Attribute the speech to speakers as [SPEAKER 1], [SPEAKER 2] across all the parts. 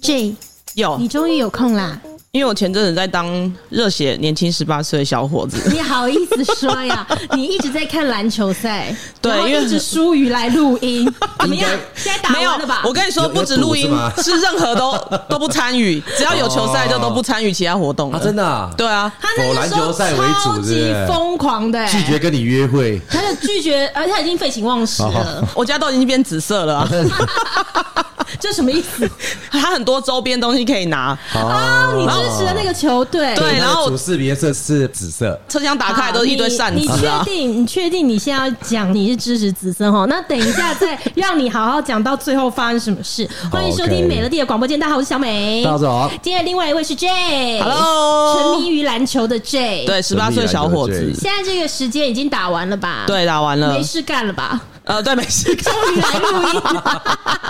[SPEAKER 1] J，
[SPEAKER 2] 有
[SPEAKER 1] 你，终于有空啦！
[SPEAKER 2] 因为我前阵子在当热血年轻十八岁的小伙子，
[SPEAKER 1] 你好意思说呀？你一直在看篮球赛，
[SPEAKER 2] 对
[SPEAKER 1] 然后
[SPEAKER 2] 因为
[SPEAKER 1] 一直疏于来录音，怎么样
[SPEAKER 3] 应？
[SPEAKER 1] 现在打
[SPEAKER 2] 没有
[SPEAKER 1] 完了吧？
[SPEAKER 2] 我跟你说，
[SPEAKER 3] 有
[SPEAKER 2] 不止录音
[SPEAKER 3] 有赌是，吗哦
[SPEAKER 2] 是任何 都都不参与，只要有球赛就都不参与其他活动了。
[SPEAKER 3] 啊，真的啊
[SPEAKER 2] 对啊，
[SPEAKER 1] 他那个时候
[SPEAKER 3] 否篮球赛为主
[SPEAKER 1] 超
[SPEAKER 3] 是不
[SPEAKER 1] 级
[SPEAKER 3] 是
[SPEAKER 1] 疯狂的、欸，
[SPEAKER 4] 拒绝跟你约会，
[SPEAKER 1] 他就拒绝，而且他已经废寝忘食了，
[SPEAKER 2] 我家都已经变紫色了啊、
[SPEAKER 1] 这什么意思？
[SPEAKER 2] 他很多周边东西可以拿。
[SPEAKER 1] 啊，你支持的那个球队，
[SPEAKER 2] 哦对然后
[SPEAKER 3] 主视别色是紫色，
[SPEAKER 2] 车厢打开都是一堆扇
[SPEAKER 1] 你
[SPEAKER 2] 子啊
[SPEAKER 1] 确，定？你确定你现在要讲你是支持紫色哈？那等一下再让你好好讲到最后发生什么事。欢迎收
[SPEAKER 4] OK
[SPEAKER 1] 听美乐蒂的广播间，大家好，我是小美。
[SPEAKER 4] 大家好，
[SPEAKER 1] 今天另外一位是 J，
[SPEAKER 2] Hello
[SPEAKER 1] 沉迷于篮球的 J。，
[SPEAKER 2] 对，十八岁小伙子，
[SPEAKER 1] 现在这个时间已经打完了吧？，
[SPEAKER 2] 对，啊打完了
[SPEAKER 1] 没，事干了吧？
[SPEAKER 2] 呃，对，没事干。
[SPEAKER 1] 终于来录音了，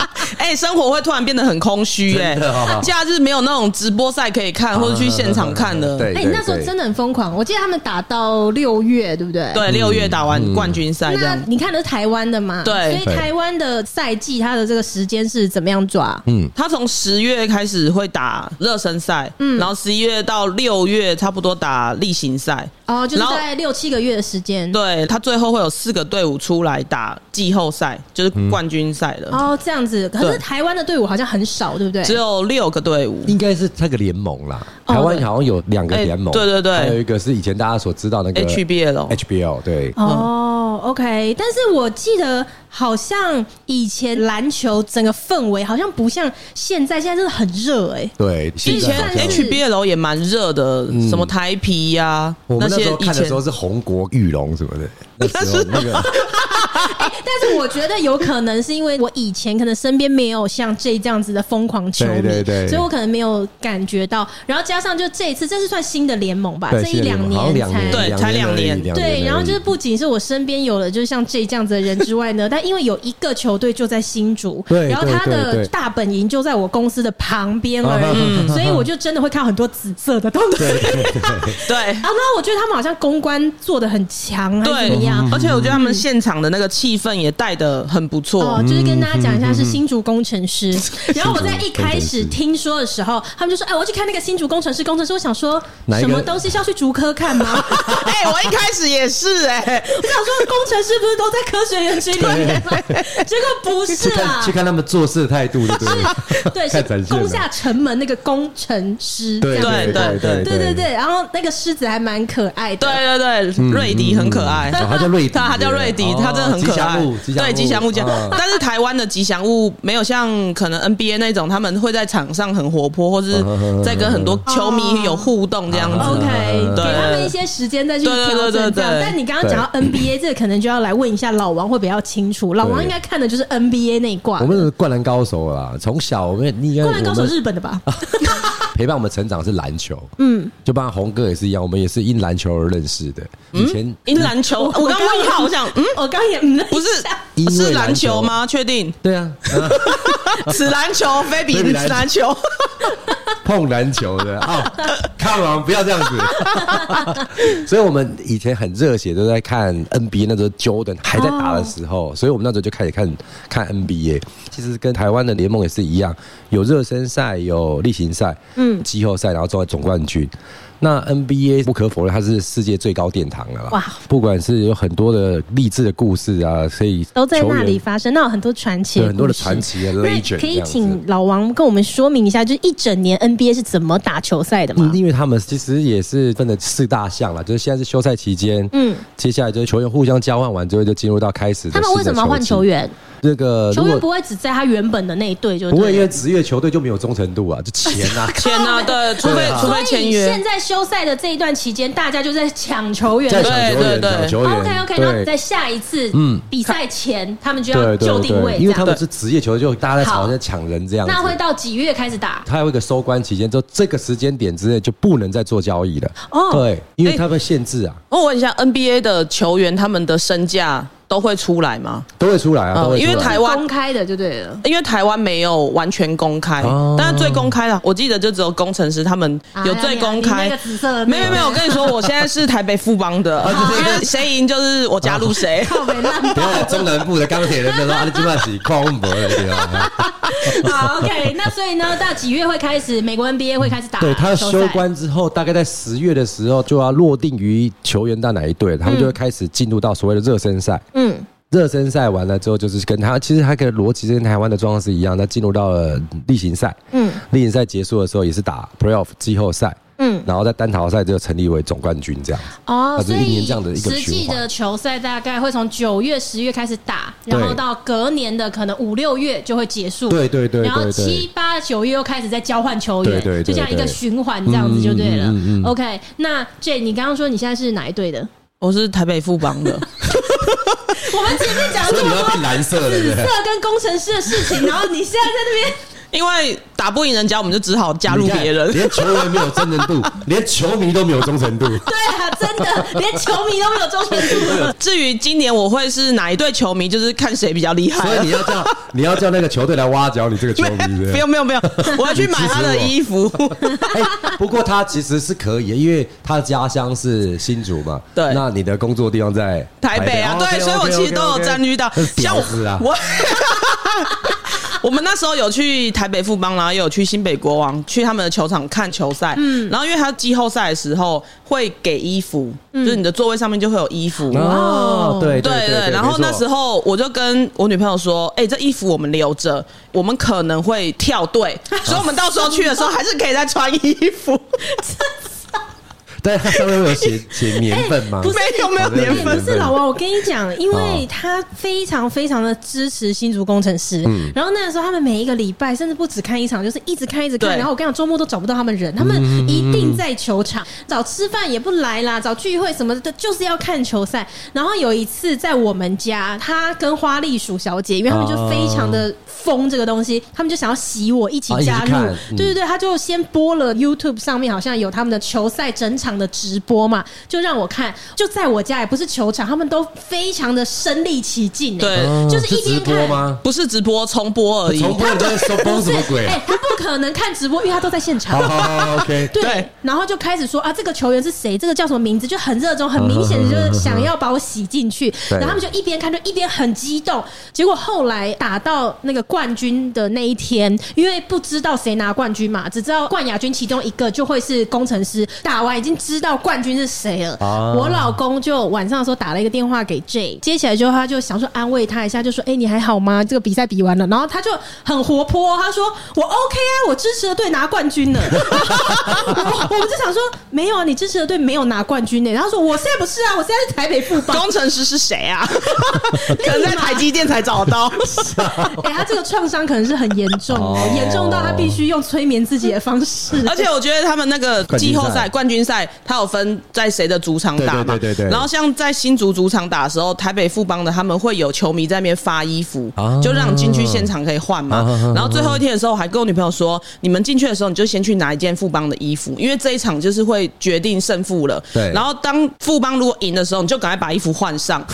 [SPEAKER 2] 哎、生活会突然变得很空虚、哎、
[SPEAKER 3] 真的哦
[SPEAKER 2] 假日没有那种直播赛可以看，或者去现场看的。
[SPEAKER 3] 对，
[SPEAKER 1] 哎，
[SPEAKER 3] 对
[SPEAKER 1] 那时候
[SPEAKER 3] 对
[SPEAKER 1] 真的很疯狂，我记得他们打到六月，对不对？。
[SPEAKER 2] 对，六
[SPEAKER 3] 嗯
[SPEAKER 2] 月打完冠军赛这
[SPEAKER 1] 那
[SPEAKER 2] 样。
[SPEAKER 1] 你看的是台湾的嘛？
[SPEAKER 2] 对
[SPEAKER 1] 所以台湾的赛季它的这个时间是怎么样抓？
[SPEAKER 3] 嗯
[SPEAKER 2] 他从十月开始会打热身赛，
[SPEAKER 1] 嗯
[SPEAKER 2] 然后十一月到六月差不多打例行赛。
[SPEAKER 1] 哦，就是
[SPEAKER 2] 然后
[SPEAKER 1] 在六七个月的时间。
[SPEAKER 2] 对他最后会有四个队伍出来打季后赛，就是
[SPEAKER 3] 嗯
[SPEAKER 2] 冠军赛了，
[SPEAKER 1] 哦，这样子。可是
[SPEAKER 2] 对
[SPEAKER 1] 台湾的队伍好像很少，对不对？嗯
[SPEAKER 2] 只有六个队伍。
[SPEAKER 3] 应该是那个联盟啦，
[SPEAKER 1] 哦
[SPEAKER 3] 台湾好像有两个
[SPEAKER 2] 哎
[SPEAKER 3] 联盟，
[SPEAKER 2] 对对对
[SPEAKER 3] 还有一个是以前大家所知道那个
[SPEAKER 2] HBL
[SPEAKER 3] HBL 对，
[SPEAKER 2] 嗯
[SPEAKER 1] 哦，OK。但是我记得好像以前篮球整个氛围好像不像现在，现在真的很热哎、
[SPEAKER 3] 对，
[SPEAKER 2] 以前
[SPEAKER 3] 现在好像
[SPEAKER 1] 是
[SPEAKER 2] HBL 也蛮热的，什么台皮呀、
[SPEAKER 3] 嗯我们那
[SPEAKER 2] 些
[SPEAKER 3] 时候
[SPEAKER 2] 以
[SPEAKER 3] 看的
[SPEAKER 2] 前
[SPEAKER 3] 时候是红国玉龙什么的，那时候那个
[SPEAKER 1] 哎 但是我觉得有可能是因为我以前可能身边没有像这这样子的疯狂球迷，
[SPEAKER 3] 对对对
[SPEAKER 1] 所以我可能没有感觉到。然后加上就这一次，这是算新的联盟吧？
[SPEAKER 3] 对
[SPEAKER 1] 这 一两
[SPEAKER 3] 好
[SPEAKER 1] 年
[SPEAKER 3] 像两
[SPEAKER 1] 才
[SPEAKER 3] 年，
[SPEAKER 2] 对才两
[SPEAKER 3] 年而
[SPEAKER 2] 年
[SPEAKER 3] 已，两年而
[SPEAKER 1] 对，
[SPEAKER 3] 已
[SPEAKER 1] 然后就是不仅是我身边有了就是像这这样子的人之 外呢，但因为有一个球队就在新竹，
[SPEAKER 3] 对
[SPEAKER 1] 然后他
[SPEAKER 3] 对对
[SPEAKER 1] 的
[SPEAKER 3] 对
[SPEAKER 1] 大本营就在我公司的旁边而
[SPEAKER 2] 嗯
[SPEAKER 1] 已，所以我就真的会看很多紫色的东西。
[SPEAKER 2] 对。
[SPEAKER 1] 啊，那我觉得他们好像公关做的很强，还是
[SPEAKER 2] 对
[SPEAKER 1] 怎么样，？嗯
[SPEAKER 2] 而且我觉得他们现场的那个气氛也带的很不错。
[SPEAKER 1] 哦，就是跟大家讲一下是新竹工程师。然后我在一开始
[SPEAKER 3] 新
[SPEAKER 1] 听
[SPEAKER 3] 竹工程师
[SPEAKER 1] 说的时候，他们就说：“哎，我要去看那个新竹工程师。”工程师，我想说，
[SPEAKER 3] 哪一
[SPEAKER 1] 什
[SPEAKER 3] 个
[SPEAKER 1] 么东西是要去竹科看吗？我
[SPEAKER 2] 哎、我一开始也是哎、
[SPEAKER 1] 想说，工程师不是都在科学园区里面吗？结果不
[SPEAKER 3] 去
[SPEAKER 1] 是啦
[SPEAKER 3] 看去，看他们做事的态度，对不对？
[SPEAKER 1] 对，是
[SPEAKER 3] 看展现了
[SPEAKER 1] 攻下城门那个工程师，
[SPEAKER 3] 对
[SPEAKER 1] 这样
[SPEAKER 2] 对对
[SPEAKER 3] 对
[SPEAKER 2] 对
[SPEAKER 1] 对对对。然后那个狮子还蛮可爱的，
[SPEAKER 2] 对对对，瑞迪很可爱。
[SPEAKER 3] 哦他叫瑞 迪，
[SPEAKER 2] 他他叫瑞迪
[SPEAKER 3] 对，不对
[SPEAKER 2] 他真的很可爱
[SPEAKER 3] 哦。吉祥物，
[SPEAKER 2] 对吉祥物家，
[SPEAKER 3] 哦
[SPEAKER 2] 但是台湾的吉祥物没有像可能 NBA 那种，他们会在场上很活泼，或
[SPEAKER 3] 嗯
[SPEAKER 2] 是在跟很多球迷有互动这样
[SPEAKER 3] 哦
[SPEAKER 2] 子。
[SPEAKER 1] OK，给
[SPEAKER 2] 对
[SPEAKER 1] 他们一些时间再去
[SPEAKER 2] 对对
[SPEAKER 1] 调整
[SPEAKER 2] 对
[SPEAKER 1] 这样
[SPEAKER 2] 对。对
[SPEAKER 1] 但你刚刚讲到 NBA，这个可能就要来问一下老王会比较清楚。老王应该看的就是 NBA 那一挂
[SPEAKER 3] 我。们是灌篮高手啦，从小我们你应该
[SPEAKER 1] 灌篮高手
[SPEAKER 3] 我们
[SPEAKER 1] 日本的吧？
[SPEAKER 3] 陪伴我们成长是篮球，嗯，就包括红哥也是一样，我们也是因篮球而认识的。以前
[SPEAKER 2] 因篮球，我刚问号，我 想，嗯，
[SPEAKER 1] 我刚也嗯，
[SPEAKER 2] 不是
[SPEAKER 3] 因为
[SPEAKER 2] 是篮
[SPEAKER 3] 篮球
[SPEAKER 2] 球吗？确定
[SPEAKER 3] 对啊，啊
[SPEAKER 2] 此篮球非彼
[SPEAKER 3] 非彼
[SPEAKER 2] 此篮
[SPEAKER 3] 篮
[SPEAKER 2] 球。，
[SPEAKER 3] 碰篮球的啊，看完不要这样子。 所以我们以前很热血，都在看 NBA，那时候 Jordan 还在打的时
[SPEAKER 1] 哦
[SPEAKER 3] 候，所以我们那时候就开始看看 NBA。其实跟台湾的联盟也是一样，有热身赛，有例行赛，嗯，季后赛，然后做总冠军。那 NBA 不可否认，它是世界最高殿堂了啦。
[SPEAKER 1] 哇
[SPEAKER 3] 不管是有很多的励志的故事啊，所以
[SPEAKER 1] 都在那里
[SPEAKER 3] 球员
[SPEAKER 1] 发生，那有很多传奇，
[SPEAKER 3] 对很多的传。奇的 legend
[SPEAKER 1] 那可
[SPEAKER 3] 这
[SPEAKER 1] 以
[SPEAKER 3] 样子
[SPEAKER 1] 请老王跟我们说明一下，就是一整年 NBA 是怎么打球赛的吗
[SPEAKER 3] 嗯，？因为他们其实也是分了四大项了，就是现在是休赛期间，嗯，接下来就是球员互相交换完之后，就进入到开始
[SPEAKER 1] 他
[SPEAKER 3] 的
[SPEAKER 1] 们为什么要换
[SPEAKER 3] 新的
[SPEAKER 1] 球
[SPEAKER 3] 季？
[SPEAKER 1] 员？
[SPEAKER 3] 这个
[SPEAKER 1] 球
[SPEAKER 3] 如
[SPEAKER 1] 员
[SPEAKER 3] 果
[SPEAKER 1] 不会只在他原本的那一队，就
[SPEAKER 3] 不会，因
[SPEAKER 1] 对
[SPEAKER 3] 为
[SPEAKER 1] 了。
[SPEAKER 3] 职业球队就没有忠诚度啊，就钱 啊
[SPEAKER 2] 钱啊，对，除非
[SPEAKER 3] 对啊
[SPEAKER 2] 除
[SPEAKER 1] 所
[SPEAKER 2] 非
[SPEAKER 1] 以
[SPEAKER 2] 签约
[SPEAKER 1] 现。在休赛的这一段期间，大家就在抢球员。
[SPEAKER 3] 在
[SPEAKER 2] 对
[SPEAKER 3] 抢球员，
[SPEAKER 2] 对
[SPEAKER 3] 抢球员
[SPEAKER 1] OK OK，
[SPEAKER 3] 对
[SPEAKER 1] 然后在下一次比赛前，他们就要
[SPEAKER 3] 对
[SPEAKER 1] 就
[SPEAKER 3] 对
[SPEAKER 1] 定
[SPEAKER 3] 对，
[SPEAKER 1] 位，
[SPEAKER 3] 因
[SPEAKER 1] 这
[SPEAKER 3] 为他
[SPEAKER 1] 样。
[SPEAKER 3] 们是职业球队，就大家在
[SPEAKER 1] 好
[SPEAKER 3] 吵在抢人这样子。
[SPEAKER 1] 那会到几月开始打？
[SPEAKER 3] 他有一个收官期间，就这个时间点之内就不能再做交易了。
[SPEAKER 1] 哦
[SPEAKER 3] 对，因为他们限制啊，
[SPEAKER 2] 我问一下，NBA 的球员他们的身价都会出来吗？
[SPEAKER 3] 都会出来啊，
[SPEAKER 1] 哦
[SPEAKER 2] 嗯
[SPEAKER 3] 都会出
[SPEAKER 2] 因为
[SPEAKER 3] 来
[SPEAKER 2] 台湾
[SPEAKER 1] 公开的就对了。
[SPEAKER 2] 因为台湾没有完全公开
[SPEAKER 3] 哦，
[SPEAKER 2] 但是最公开的，我记得就只有工程师他们有最公
[SPEAKER 1] 啊你你那
[SPEAKER 2] 开
[SPEAKER 1] 个。紫色的那
[SPEAKER 2] 没
[SPEAKER 1] 个，
[SPEAKER 2] 有没有，我跟你说，我现在是台北富 邦的，因为谁赢就是我加入谁。
[SPEAKER 1] 靠北烂
[SPEAKER 3] 等一下中南部的钢铁人的时候，阿里基曼是矿物博的地方。
[SPEAKER 1] 好，OK，那所以呢，到几月会开始美国 NBA 会开始打球
[SPEAKER 3] 对
[SPEAKER 1] 赛？
[SPEAKER 3] 他休官之后，大概在十月的时候就要落定于球员到哪一队，他们就会开始进入到所谓的热身赛。
[SPEAKER 1] 嗯，
[SPEAKER 3] 热身赛完了之后，就是跟他其实他跟逻辑跟台湾的状况是一样，他进入到了例行赛。
[SPEAKER 1] 嗯
[SPEAKER 3] 嗯，例行赛结束的时候也是打 playoff 季后赛。
[SPEAKER 1] 嗯
[SPEAKER 3] 嗯，然后在单淘赛就成立为总冠军这样。
[SPEAKER 1] 哦，
[SPEAKER 3] 它是
[SPEAKER 1] 所
[SPEAKER 3] 一
[SPEAKER 1] 以
[SPEAKER 3] 年这样的一个
[SPEAKER 1] 实际
[SPEAKER 3] 循环
[SPEAKER 1] 的球赛大概会从九月、十月开始打，然后
[SPEAKER 3] 对
[SPEAKER 1] 到隔年的可能五六月就会结束。
[SPEAKER 3] 对对对
[SPEAKER 1] 然后
[SPEAKER 3] 对对
[SPEAKER 1] 七八九月又开始在交换球员，
[SPEAKER 3] 对对对
[SPEAKER 1] 就这样一个
[SPEAKER 3] 对
[SPEAKER 1] 循环，这样子就对了。
[SPEAKER 3] 嗯嗯嗯嗯
[SPEAKER 1] OK，那 J，你刚刚说你现在是哪一队 的？
[SPEAKER 2] 我是台北富邦的，
[SPEAKER 1] 我们前面讲了
[SPEAKER 3] 所以
[SPEAKER 1] 这
[SPEAKER 3] 你
[SPEAKER 1] 么
[SPEAKER 3] 要
[SPEAKER 1] 多
[SPEAKER 3] 变蓝色了，对
[SPEAKER 1] 紫
[SPEAKER 3] 不对？
[SPEAKER 1] 色跟工程师的事情，然后你现在在那边。
[SPEAKER 2] 因为打不赢人家，我们就只好加入
[SPEAKER 3] 你看
[SPEAKER 2] 别人。
[SPEAKER 3] 连球员没有忠诚度，连球迷都没有忠诚度。
[SPEAKER 1] 对啊，真的，连球迷都没有忠诚度了。
[SPEAKER 2] 至于今年我会是哪一队球迷，就是看谁比较厉害
[SPEAKER 3] 所
[SPEAKER 2] 了。
[SPEAKER 3] 以你要叫你要叫那个球队来挖角你这个球迷，对
[SPEAKER 2] 不
[SPEAKER 3] 对
[SPEAKER 2] 用不用不用，我要去买他的衣 服。
[SPEAKER 3] 哎，不过他其实是可以的，因为他的家乡是新竹嘛。
[SPEAKER 2] 对
[SPEAKER 3] 那你的工作地方在
[SPEAKER 2] 台北啊，
[SPEAKER 3] 哦
[SPEAKER 2] 对，所以我其实都有参与到，
[SPEAKER 3] 像
[SPEAKER 2] 我
[SPEAKER 3] 我啊，
[SPEAKER 2] 我。我们那时候有去台北富邦，然后也有去新北国王，去他们的球场看球赛。嗯，然后因为他季后赛的时候会给衣服，就是你的座位上面就会有衣服。
[SPEAKER 3] 哦，对
[SPEAKER 2] 对
[SPEAKER 3] 对对，
[SPEAKER 2] 然后那时
[SPEAKER 3] 候
[SPEAKER 2] 候我就跟我女朋友说：“哎、这衣服我们留着，我们可能会跳队，所以我们到时候去的时候还是可以再穿衣服。
[SPEAKER 3] 但是它上面会 有写写年份吗？
[SPEAKER 2] 没有没有
[SPEAKER 3] 对
[SPEAKER 2] 年份
[SPEAKER 1] 不是
[SPEAKER 3] 对
[SPEAKER 1] 老王，我跟你讲，因为
[SPEAKER 3] 哦
[SPEAKER 1] 他非常非常的支持新竹工程师，
[SPEAKER 3] 嗯
[SPEAKER 1] 然后那个时候他们每一个礼拜甚至不止看一场，就是一直看一直看，
[SPEAKER 2] 对
[SPEAKER 1] 然后我跟你讲，周末都找不到他们人，他们
[SPEAKER 3] 嗯
[SPEAKER 1] 一定在球场，找吃饭也不来啦，找聚会什么的，就是要看球赛。然后有一次在我们家，他跟花栗鼠小姐，因为他们就非常的疯这个东西，他们就想要洗我一起
[SPEAKER 3] 哦啊一起
[SPEAKER 1] 加入，
[SPEAKER 3] 看嗯
[SPEAKER 1] 对对对，他就先播了 YouTube 上面好像有他们的球赛整场的直播嘛，就让我看，就在我家也不是球场，他们都非常身临其境、欸，
[SPEAKER 2] 对
[SPEAKER 3] 哦
[SPEAKER 1] 就是一
[SPEAKER 3] 直
[SPEAKER 1] 边
[SPEAKER 3] 播
[SPEAKER 1] 看。
[SPEAKER 3] 吗？
[SPEAKER 2] 不是直播重播而已。
[SPEAKER 3] 重播你在收播
[SPEAKER 1] 不
[SPEAKER 3] 什
[SPEAKER 1] 是
[SPEAKER 3] 么，鬼啊
[SPEAKER 1] 哎、？他不可能看直播，因为他都在现场
[SPEAKER 3] 好。好好，OK。
[SPEAKER 1] 对，
[SPEAKER 2] 哎 对
[SPEAKER 1] 然后就开始说啊，这个球员是谁？这个叫什么名字？就很热衷，很明显的就是想要把我洗进去。
[SPEAKER 3] 对
[SPEAKER 1] 然后他们就一边看就一边很激动。结果后来打到那个冠军的那一天，因为不知道谁拿冠军嘛，只知道冠亚军其中一个就会是工程师。打完已经知道冠军是谁了。
[SPEAKER 3] 啊
[SPEAKER 1] 我老公就晚上的时候打了一个电话给 J，接起来之后他就想说安慰他一下，就说：“哎、你还好吗？这个比赛比完了。”然后他就很活泼，他说：“我 OK 啊，我支持的队拿冠军了。” 我我们就想说，没有啊，你支持的队没有拿冠军呢、然后说，我现在不是啊，我现在是台北富邦。
[SPEAKER 2] 工程师是谁 啊？可能在台积电才找到。
[SPEAKER 1] 哎、他这个创伤可能是很严重哦，
[SPEAKER 3] 哦
[SPEAKER 1] 严重到他必须用催眠自己的方式。
[SPEAKER 2] 而且我觉得他们那个季后赛、冠军赛，他有分在谁的主场打嘛？
[SPEAKER 3] 对对对对对
[SPEAKER 2] 然后像在新竹主场打的时候，台北富邦的他们会有球迷在那边发衣服，
[SPEAKER 3] 啊
[SPEAKER 2] 就让你进去现场可以换嘛
[SPEAKER 3] 啊啊啊啊。
[SPEAKER 2] 然后最后一天的时候，我还跟我女朋友说，你们进去的时候你就先去拿一件富邦的衣服，因为这一场就是会决定胜负了。
[SPEAKER 3] 对
[SPEAKER 2] 然后当富邦如果赢的时候，你就赶快把衣服换 上。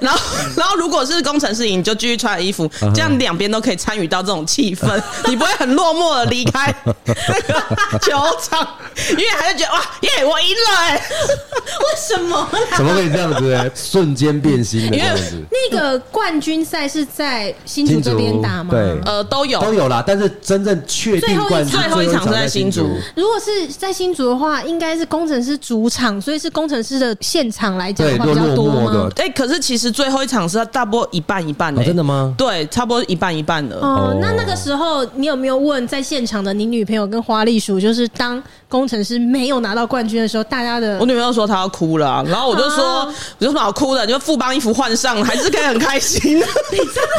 [SPEAKER 2] 然后，然后如果是工程师赢，你就继续穿 衣服，
[SPEAKER 3] 嗯
[SPEAKER 2] 这样两边都可以参与到这种气氛， 你不会很落寞的离 开那个球场，因为还是觉得哇耶，我赢了哎、
[SPEAKER 1] 为什么
[SPEAKER 2] 啊
[SPEAKER 1] 啦？
[SPEAKER 3] 怎么可以这样子呢？瞬间变心的这样子，
[SPEAKER 1] 那个冠军赛是在新竹这边打吗？
[SPEAKER 3] 新竹对
[SPEAKER 2] 呃，都有，
[SPEAKER 3] 都有啦。但是真正确定冠军
[SPEAKER 2] 最后一场最后
[SPEAKER 3] 最后一
[SPEAKER 2] 一场是在新竹
[SPEAKER 1] 如果是在新竹的话，应该是工程师主场，所以是工程师的现场来讲的话
[SPEAKER 3] 对
[SPEAKER 1] 比较
[SPEAKER 3] 落
[SPEAKER 1] 多
[SPEAKER 3] 落寞
[SPEAKER 1] 吗
[SPEAKER 3] 的？
[SPEAKER 2] 哎、可是其实最后一场是大波一半一半的、
[SPEAKER 3] 哦真的吗
[SPEAKER 2] 对，差不多一半一半的。
[SPEAKER 1] 哦
[SPEAKER 3] 哦，
[SPEAKER 1] 那那个时候你有没有问在现场的你女朋友跟花栗鼠，就是当工程师没有拿到冠军的时候，大家的
[SPEAKER 2] 我女朋友说她要哭了啊、然后我就说
[SPEAKER 1] 啊
[SPEAKER 2] 有什么好哭的？你就富邦衣服换上，还是可以很开心。啊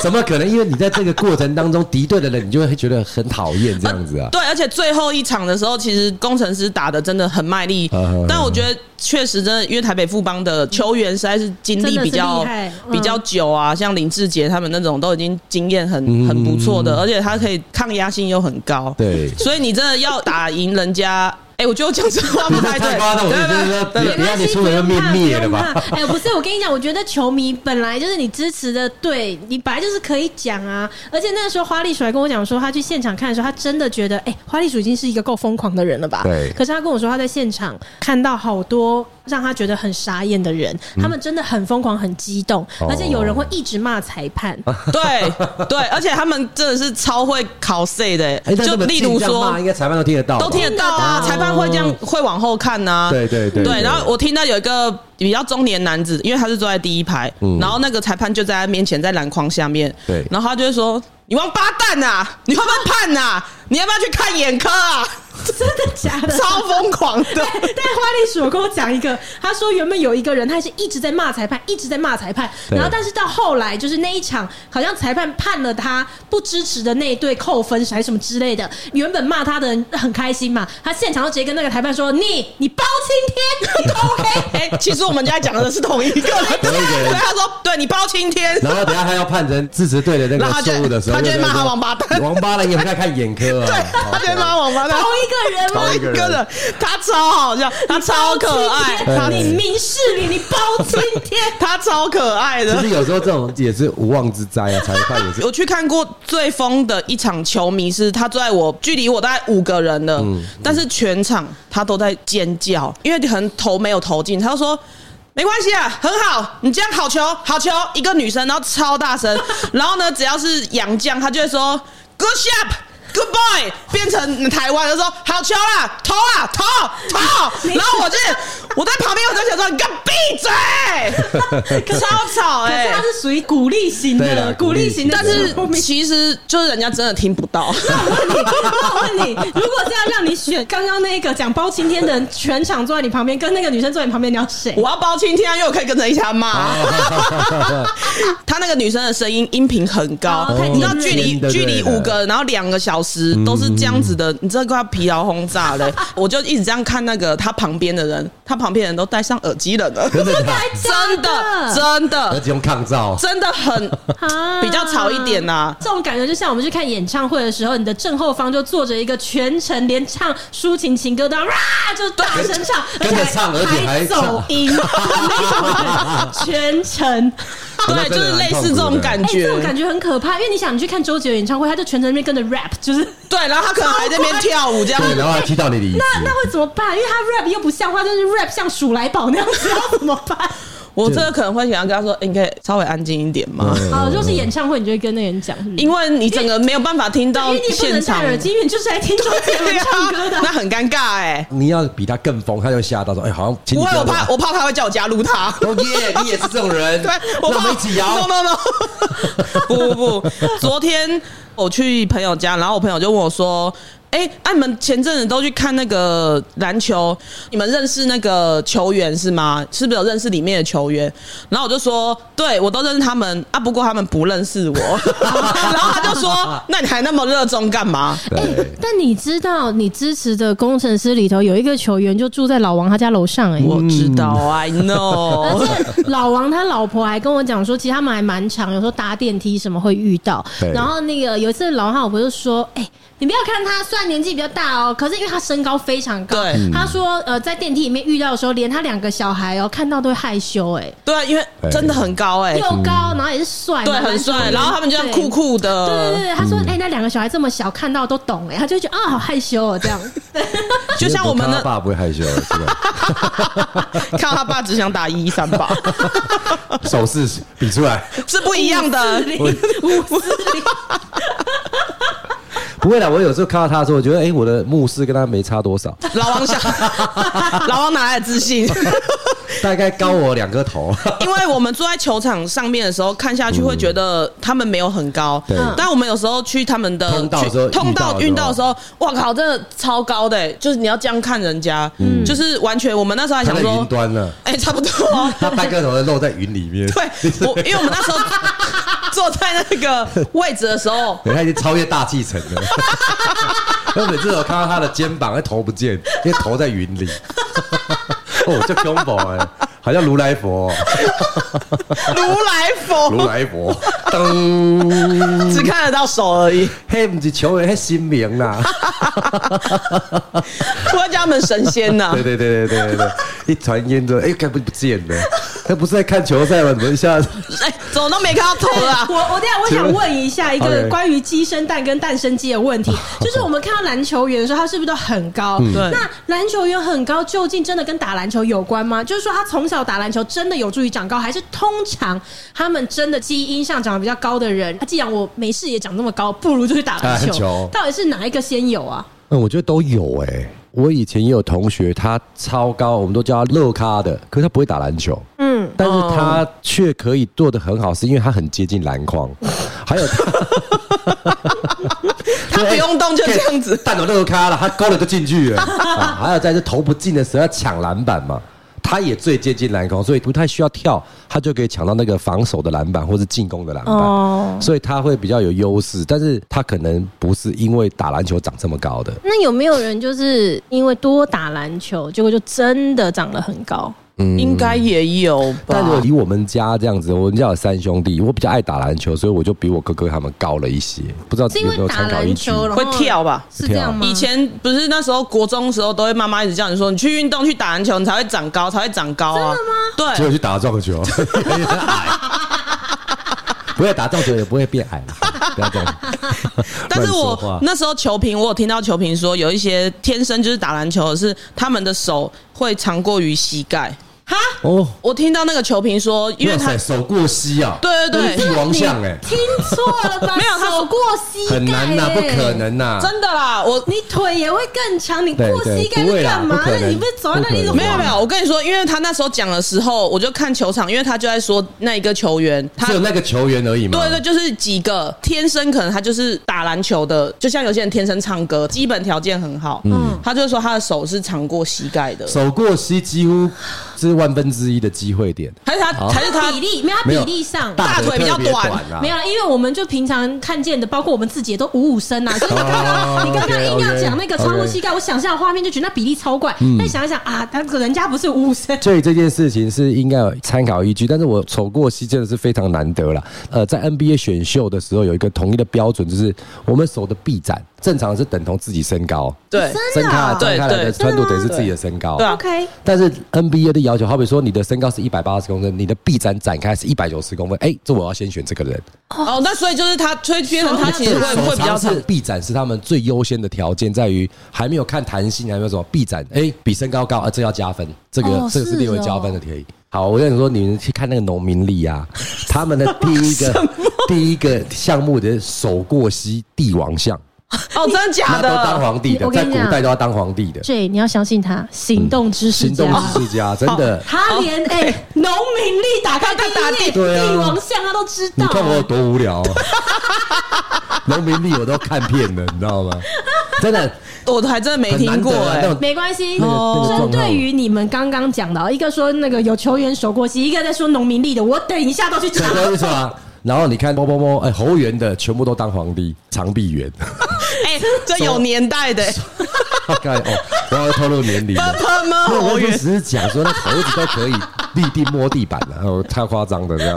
[SPEAKER 3] 怎么可能？因为你在这个过程当中敌对的人，你就会觉得很讨厌这样子啊。
[SPEAKER 2] 对，而且最后一场的时候，其实工程师打的真的很卖力，
[SPEAKER 3] 嗯
[SPEAKER 2] 但我觉得确实真的，因为台北富邦的球员实在是经历比较
[SPEAKER 1] 真的是厉害嗯
[SPEAKER 2] 比较久啊，像林志杰他们那种都已经经验很
[SPEAKER 3] 嗯
[SPEAKER 2] 很不错的，而且他可以抗压性又很高，
[SPEAKER 3] 对
[SPEAKER 2] 所以你真的要打赢人家。哎、我觉得我讲这话不
[SPEAKER 3] 你
[SPEAKER 2] 太
[SPEAKER 3] 太
[SPEAKER 2] 对，
[SPEAKER 3] 太夸张，我
[SPEAKER 2] 对
[SPEAKER 3] 觉得
[SPEAKER 2] 对对对
[SPEAKER 3] 不要你出门要灭灭了吧？
[SPEAKER 1] 哎、不是，我跟你讲，我觉得球迷本来就是你支持的队，你本来就是可以讲啊。而且那个时候花栗鼠还跟我讲说，他去现场看的时候，他真的觉得，哎、花栗鼠已经是一个够疯狂的人了吧？
[SPEAKER 3] 对
[SPEAKER 1] 可是他跟我说，他在现场看到好多让他觉得很傻眼的人，他们真的很疯狂、很激动，
[SPEAKER 3] 嗯哦
[SPEAKER 1] 而且有人会一直骂裁判。
[SPEAKER 2] 对对，而且他们真的是超会考 C 的、
[SPEAKER 3] 哎，但
[SPEAKER 2] 就
[SPEAKER 3] 这么
[SPEAKER 2] 例如
[SPEAKER 3] 这样骂啊
[SPEAKER 2] 说
[SPEAKER 3] 应该裁判都听得到吧，
[SPEAKER 2] 都听得到啊，裁判会这样会往后看呐、
[SPEAKER 3] 对对对对
[SPEAKER 2] 对，然后我听到有一个比较中年男子，因为他是坐在第一排，
[SPEAKER 3] 嗯
[SPEAKER 2] 然后那个裁判就在他面前，在篮筐下面，
[SPEAKER 3] 对
[SPEAKER 2] 然后他就会说：“你王八蛋呐、啊， 你会不会判呐、啊？你要不要去看眼科啊？”
[SPEAKER 1] 真的假的？
[SPEAKER 2] 超疯狂 的，
[SPEAKER 1] 但花栗鼠有跟我讲一个，他说原本有一个人，他是一直在骂裁判，一直在骂裁判，
[SPEAKER 3] 对
[SPEAKER 1] 然后但是到后来就是那一场，好像裁判判了他不支持的那一队扣分还是什么之类的，原本骂他的人很开心嘛，他现场就直接跟那个裁判说：“你你包青天，你 OK。”
[SPEAKER 2] 哎、其实我们家讲的是同一个人，
[SPEAKER 3] 同一个人
[SPEAKER 2] 对，他说，对你包青天，
[SPEAKER 3] 然后等一下他要判成支持队的那
[SPEAKER 2] 然后他
[SPEAKER 3] 个
[SPEAKER 2] 就
[SPEAKER 3] 错误的时候，
[SPEAKER 2] 他就会骂他王八蛋
[SPEAKER 3] 王八蛋也不该看眼科啊，
[SPEAKER 2] 对， 他就骂王八蛋
[SPEAKER 1] 同。一个人吗？
[SPEAKER 2] 同一个人， 他超好笑，他超可 爱，
[SPEAKER 1] 包
[SPEAKER 2] 他
[SPEAKER 1] 青天你明事理，你包青天。
[SPEAKER 2] 他超可爱
[SPEAKER 3] 其
[SPEAKER 2] 的
[SPEAKER 3] 实。有时候这种也是无妄之灾啊，裁判也 是。
[SPEAKER 2] 我去看过最疯的一场球迷是，他坐在我距离我大概五个人了，但是全场他都在尖叫，因为可能投没有投进，他就说。没关系啊，很好，你这样好球，好球！一个女生，然后超大声，然后呢，只要是洋将，他就会说 “good shot, good boy”，变成台湾就说“好球啦，投啦，投投”，然后我就我在旁边我在想说：“你给我闭嘴！”超吵
[SPEAKER 1] 可
[SPEAKER 2] 哎、
[SPEAKER 1] 是他是属于鼓励型
[SPEAKER 3] 对啦
[SPEAKER 1] 的，鼓励型的
[SPEAKER 2] 但
[SPEAKER 1] 球迷，
[SPEAKER 2] 是其实就是人家真的听不到，
[SPEAKER 1] 那我问你，那我问你，如果是要让你选刚刚那个讲包青天的人，全场坐在你旁边，跟那个女生坐在你旁边，你要谁？
[SPEAKER 2] 我要包青天啊，因为我可以跟着一起 骂。他那个女生的声音音频很高
[SPEAKER 1] 哦太，
[SPEAKER 2] 你知道
[SPEAKER 1] 低了
[SPEAKER 2] 距离
[SPEAKER 3] 真的
[SPEAKER 2] 距离
[SPEAKER 3] 对
[SPEAKER 2] 五个，然后两个小时都是这样子
[SPEAKER 1] 嗯
[SPEAKER 2] 的，你真的快要疲劳轰炸了。 我就一直这样看那个他旁边的人，他旁边的人都戴上耳机了呢，
[SPEAKER 3] 真的假
[SPEAKER 2] 真
[SPEAKER 3] 的，
[SPEAKER 2] 的
[SPEAKER 1] 真
[SPEAKER 2] 真
[SPEAKER 3] 而
[SPEAKER 2] 的
[SPEAKER 3] 且用抗噪，
[SPEAKER 2] 真的 很
[SPEAKER 1] 啊
[SPEAKER 2] 比较吵一点啊呐
[SPEAKER 1] 这种感觉就像我们去看演唱会的时候，你的正后方就坐着一个全程连唱抒情情歌的，哇，就大声唱，而
[SPEAKER 3] 跟
[SPEAKER 1] 且
[SPEAKER 3] 着唱而且还
[SPEAKER 1] 还走音， 那种全程。
[SPEAKER 2] 对，就是类似这种感
[SPEAKER 1] 哎、
[SPEAKER 2] 觉
[SPEAKER 1] 这种。感觉很可怕，因为你想，你去看周杰伦演唱会，他就全程在那边跟着 rap，就是
[SPEAKER 2] 对，然后他可能还在那边跳舞这样
[SPEAKER 3] 对，然后还踢到你的椅子，
[SPEAKER 1] 那那会怎么办？因为他 rap 又不像话，就是 rap 像鼠来宝那样子，要怎么 办？
[SPEAKER 2] 我这个可能会想要跟他说，欸你可以稍微安静一点吗？
[SPEAKER 3] 嗯
[SPEAKER 1] 哦，如果
[SPEAKER 2] 嗯
[SPEAKER 1] 是演唱会，你就会跟那个人讲，是不是
[SPEAKER 2] 因为你整个没有办法听
[SPEAKER 1] 对因
[SPEAKER 2] 到
[SPEAKER 1] 为你不
[SPEAKER 2] 现
[SPEAKER 1] 能戴
[SPEAKER 2] 场，。
[SPEAKER 1] 耳机，因为你就是来听周杰 伦唱歌的
[SPEAKER 2] 那很尴尬哎、
[SPEAKER 3] 你要比他更疯，他就吓到说：“哎、好像请
[SPEAKER 2] 不
[SPEAKER 3] 你
[SPEAKER 2] 会，
[SPEAKER 3] 要
[SPEAKER 2] 我怕我怕他会叫我加入他。
[SPEAKER 3] 哦啊耶，你也是这种人，
[SPEAKER 2] 对，
[SPEAKER 3] 那啊
[SPEAKER 2] 我
[SPEAKER 3] 我
[SPEAKER 2] 怕
[SPEAKER 3] 们一起
[SPEAKER 2] No。
[SPEAKER 3] 摇
[SPEAKER 2] No No，不不不，昨天我去朋友家，然后我朋友就问我说。哎、啊！你们前阵子都去看那个篮球，你们认识那个球员是吗？是不是有认识里面的球员？然后我就说，对我都认识他们啊，不过他们不认识我。 然后他就说，那你还那么热衷干嘛？
[SPEAKER 3] 对，
[SPEAKER 1] 哎
[SPEAKER 2] 嗯
[SPEAKER 1] 但你知道，你支持的工程师里头有一个球员就住在老王他家楼上、
[SPEAKER 3] 嗯
[SPEAKER 1] 哎。
[SPEAKER 2] 我知道，I
[SPEAKER 1] 而
[SPEAKER 2] know。
[SPEAKER 1] 且老王他老婆还跟我讲说，其实他们还蛮常，有时候搭电梯什么会遇到
[SPEAKER 3] 对。
[SPEAKER 1] 然后那个有一次老王他老婆就说：“哎、你不要看他，虽然年纪比较大哦，可是因为他身高非常高，
[SPEAKER 2] 对
[SPEAKER 1] 他说呃在电梯里面遇到的时候，连他两个小孩哦看到都会害羞、哎
[SPEAKER 2] 对啊，因为真的很高哎、
[SPEAKER 1] 哎，又高，然后也是帅，
[SPEAKER 2] 对，
[SPEAKER 1] 蛮
[SPEAKER 2] 很
[SPEAKER 1] 蛮
[SPEAKER 2] 帅。
[SPEAKER 1] 的
[SPEAKER 2] 然后他们就这样
[SPEAKER 1] 对
[SPEAKER 2] 酷酷
[SPEAKER 1] 对对
[SPEAKER 2] 的，
[SPEAKER 1] 对，他说：“哎、那两个小孩这么小，看到都懂哎、他就会觉得啊、好害羞哦，这样。
[SPEAKER 2] 就像我们
[SPEAKER 3] 看他
[SPEAKER 2] 的，
[SPEAKER 3] 爸不会害羞，是吧？
[SPEAKER 2] 看他爸只想打一一 三吧，
[SPEAKER 3] 手势比出来，
[SPEAKER 2] 是不一样的。
[SPEAKER 1] 五四零，
[SPEAKER 3] 不会啦。我有时候看到他的时候，我觉得哎、我的牧师跟他没差多少，
[SPEAKER 2] 老王想， 老王哪来的自 信？
[SPEAKER 3] 大概高我两 个头。
[SPEAKER 2] 因为我们坐在球场上面的时候，看下去会觉得他们没有很高，
[SPEAKER 3] 嗯对
[SPEAKER 2] 但我们有时候去他们的
[SPEAKER 3] 通道的时候
[SPEAKER 2] 去通道
[SPEAKER 3] 遇
[SPEAKER 2] 运
[SPEAKER 3] 到
[SPEAKER 2] 到
[SPEAKER 3] 的
[SPEAKER 2] 的
[SPEAKER 3] 时
[SPEAKER 2] 时
[SPEAKER 3] 候
[SPEAKER 2] 候，哇靠，真的超高的、欸，就是你要这样看人家，就是完全我们那时候还
[SPEAKER 3] 他
[SPEAKER 2] 想
[SPEAKER 3] 在嗯云
[SPEAKER 2] 说，
[SPEAKER 3] 端了，
[SPEAKER 2] 哎、差不多。
[SPEAKER 3] 他半个头在露在云里 面，
[SPEAKER 2] 对，我因为我们那时候坐在那个位置的时候，
[SPEAKER 3] 对，他已经超越大气层了。 我每次有看到他的肩膀，那头不见，因为头在云里。 哦，这 combo 哎，好像如来佛 哦、
[SPEAKER 2] 如来
[SPEAKER 3] 如
[SPEAKER 2] 佛
[SPEAKER 3] 来佛，噔，
[SPEAKER 2] 只看得到手而已，
[SPEAKER 3] 嘿，不是球员，嘿，新 名啦，
[SPEAKER 2] 不会叫他们神仙呐、
[SPEAKER 3] 对对对对对对对，一传烟之后，哎、看不不见了，那不是在看球赛吗？怎么一下子？
[SPEAKER 2] 哎，怎么都没看到头啊
[SPEAKER 1] 我？我等一下我想问一下一个
[SPEAKER 3] OK
[SPEAKER 1] 关于鸡生蛋跟蛋生鸡的问题，就是我们看到篮球员的时候，他是不是都很高？
[SPEAKER 3] 嗯
[SPEAKER 2] 对
[SPEAKER 1] 那篮球员很高，究竟真的跟打篮球有关吗？就是说他从小打篮球真的有助于长高，还是通常他们真的基因上长得比较高的人，啊既然我没事也长这么高，不如就去打篮
[SPEAKER 3] 打篮球
[SPEAKER 1] 到底是哪一个先有啊？
[SPEAKER 3] 嗯，我觉得都有哎、我以前也有同学，他超高，我们都叫他乐咖的，可是他不会打篮球，
[SPEAKER 1] 嗯，
[SPEAKER 3] 但是
[SPEAKER 2] 哦
[SPEAKER 3] 他却可以做的很好，是因为他很接近 篮筐，还有他，
[SPEAKER 2] 他不用动就这样子
[SPEAKER 3] 蛋都乐咖了，他勾了就进去了。啊还有在这投不进的时候要抢篮板嘛，他也最接近篮筐，所以不太需要跳，他就可以抢到那个防守的篮板或是进攻的篮板。
[SPEAKER 1] 哦
[SPEAKER 3] 所以他会比较有优势，但是他可能不是因为打篮球长这么高的，
[SPEAKER 1] 那有没有人就是因为多打篮球，结果就真的长得很高？
[SPEAKER 2] 应该也有吧
[SPEAKER 3] 嗯但？是以我们家这样子，我们家有三兄弟，我比较爱打篮球，所以我就比我哥哥他们高了一些，不知道
[SPEAKER 1] 是
[SPEAKER 3] 有
[SPEAKER 1] 因
[SPEAKER 3] 没有
[SPEAKER 1] 为打
[SPEAKER 3] 参考依
[SPEAKER 1] 篮
[SPEAKER 3] 据？
[SPEAKER 1] 球然后
[SPEAKER 2] 会跳吧？
[SPEAKER 1] 是这样吗？
[SPEAKER 2] 以前不是那时候国中的时候，都会妈妈一直叫你说，你去运动去打篮球，你才会长高，才会长高啊。真的
[SPEAKER 3] 结
[SPEAKER 2] 对，
[SPEAKER 3] 果去打撞球， 很矮，不会打撞球也不会变矮，不要这样。
[SPEAKER 2] 但是
[SPEAKER 3] 乱说话
[SPEAKER 2] 我那时候球评，我有听到球评说，有一些天生就是打篮球的是，他们的手会长过于膝盖。哈，
[SPEAKER 3] 哦，
[SPEAKER 2] 我听到那个球评说，因为他
[SPEAKER 3] 哇塞手过膝啊，
[SPEAKER 2] 对对对
[SPEAKER 3] 这是帝 王像哎，
[SPEAKER 1] 听错了吧？
[SPEAKER 2] 没有他
[SPEAKER 1] 手过膝盖、
[SPEAKER 3] 很难呐，不可。能啊呐，
[SPEAKER 2] 真的啦，我
[SPEAKER 1] 你腿也会更长，你过膝盖
[SPEAKER 3] 对对不
[SPEAKER 1] 是
[SPEAKER 3] 会啦
[SPEAKER 1] 干嘛
[SPEAKER 3] 不可
[SPEAKER 1] 那
[SPEAKER 3] 能
[SPEAKER 1] 你不是走在那里一直
[SPEAKER 3] 不可
[SPEAKER 2] 没
[SPEAKER 3] 能
[SPEAKER 2] 有没有，我跟你说，因为他那时候讲的时候，我就看球场，因为他就在说那一个球员，他
[SPEAKER 3] 只有那个球员而已嘛。
[SPEAKER 2] 对对，就是几个天生可能他就是打篮球的，就像有些人天生唱歌，基本条件很好，嗯，他就说他的手是长过膝盖的，
[SPEAKER 3] 手过膝几乎是万分之一的机会点，
[SPEAKER 2] 还是他
[SPEAKER 3] 好
[SPEAKER 2] 还是他
[SPEAKER 1] 比例没有它
[SPEAKER 3] 没有
[SPEAKER 1] 比例上。
[SPEAKER 2] 大腿比较
[SPEAKER 3] 特别
[SPEAKER 2] 短
[SPEAKER 3] 啊
[SPEAKER 1] 没有啦，因为我们就平常看见的，包括我们自己也都五五身 啊，所以你刚
[SPEAKER 3] 哦
[SPEAKER 1] 刚你刚刚
[SPEAKER 3] OK，
[SPEAKER 1] 硬要
[SPEAKER 3] OK，
[SPEAKER 1] 讲那个超过膝盖，我想象的画面就觉得那比例超怪。
[SPEAKER 3] 嗯
[SPEAKER 1] 但想一想啊，他人家不是五五身，
[SPEAKER 3] 所以这件事情是应该有参考依据，但是我走过膝真的是非常难得了。呃，在 NBA 选秀的时候有一个统一的标准，就是我们手的臂展正常是等同自己身高，
[SPEAKER 2] 对
[SPEAKER 3] 伸开来
[SPEAKER 2] 对
[SPEAKER 3] 张开来的
[SPEAKER 2] 对
[SPEAKER 3] 宽度等于是自己的身高
[SPEAKER 2] 对。啊
[SPEAKER 1] OK，
[SPEAKER 3] 但是 NBA 的要求，好比说你的身高是一百八十公分，你的臂展展开是一百九十公分，哎、这我要先选这个人。
[SPEAKER 2] 哦，那所以就是他，所以变成
[SPEAKER 3] 哦
[SPEAKER 2] 他其实会
[SPEAKER 3] 手
[SPEAKER 2] 会比较
[SPEAKER 3] 长
[SPEAKER 2] 长
[SPEAKER 3] 是，臂展是他们最优先的条件，在于还没有看弹性，还没有什么臂展，哎、比身高高啊，这要加分，这个、
[SPEAKER 1] 哦
[SPEAKER 3] 这个
[SPEAKER 1] 是
[SPEAKER 3] 是列为
[SPEAKER 1] 哦
[SPEAKER 3] 加分的可以。好，我跟你说，你们去看那个农民 历啊，他们的第一个第一个项目的手过膝帝王像，
[SPEAKER 2] 哦，真的
[SPEAKER 3] 那
[SPEAKER 2] 假
[SPEAKER 3] 都
[SPEAKER 2] 的？
[SPEAKER 3] 当皇帝的
[SPEAKER 1] 啊我，跟
[SPEAKER 3] 在
[SPEAKER 1] 你
[SPEAKER 3] 古
[SPEAKER 1] 讲
[SPEAKER 3] 代都要当皇帝的，
[SPEAKER 1] 对，你要相信他，行动知识
[SPEAKER 3] 行
[SPEAKER 1] 家
[SPEAKER 3] 动。知识家，真 的。
[SPEAKER 1] 哦他连哎农民力打开
[SPEAKER 2] 他
[SPEAKER 1] 第
[SPEAKER 2] 打
[SPEAKER 1] 一页
[SPEAKER 2] 地
[SPEAKER 3] 对啊
[SPEAKER 1] 帝王像他都知道。
[SPEAKER 3] 你看我有多无聊、 啊，农民历我都看遍了，你知道吗？真的
[SPEAKER 2] 我还真的没
[SPEAKER 3] 很难
[SPEAKER 2] 听过
[SPEAKER 3] 得啊
[SPEAKER 2] 哎、
[SPEAKER 3] 那种
[SPEAKER 1] 没关系，
[SPEAKER 3] 那个那个状哦
[SPEAKER 1] 针
[SPEAKER 3] 况
[SPEAKER 1] 对于你们刚刚讲的哦，一个说那个有球员手过膝，一个在说农民力的，我等一下都去查
[SPEAKER 3] 对，。都是说啊。然后你看，摸摸摸，哎，侯元的全部都当皇帝，长臂猿，
[SPEAKER 2] 哎、这有年代的、欸，
[SPEAKER 3] 看哦，我要透露 年龄了。
[SPEAKER 2] 他们
[SPEAKER 3] 那
[SPEAKER 2] 好
[SPEAKER 3] 我就
[SPEAKER 2] 远
[SPEAKER 3] 只是讲说，那猴子都可以立地摸地板了，哦，太夸张的 这样。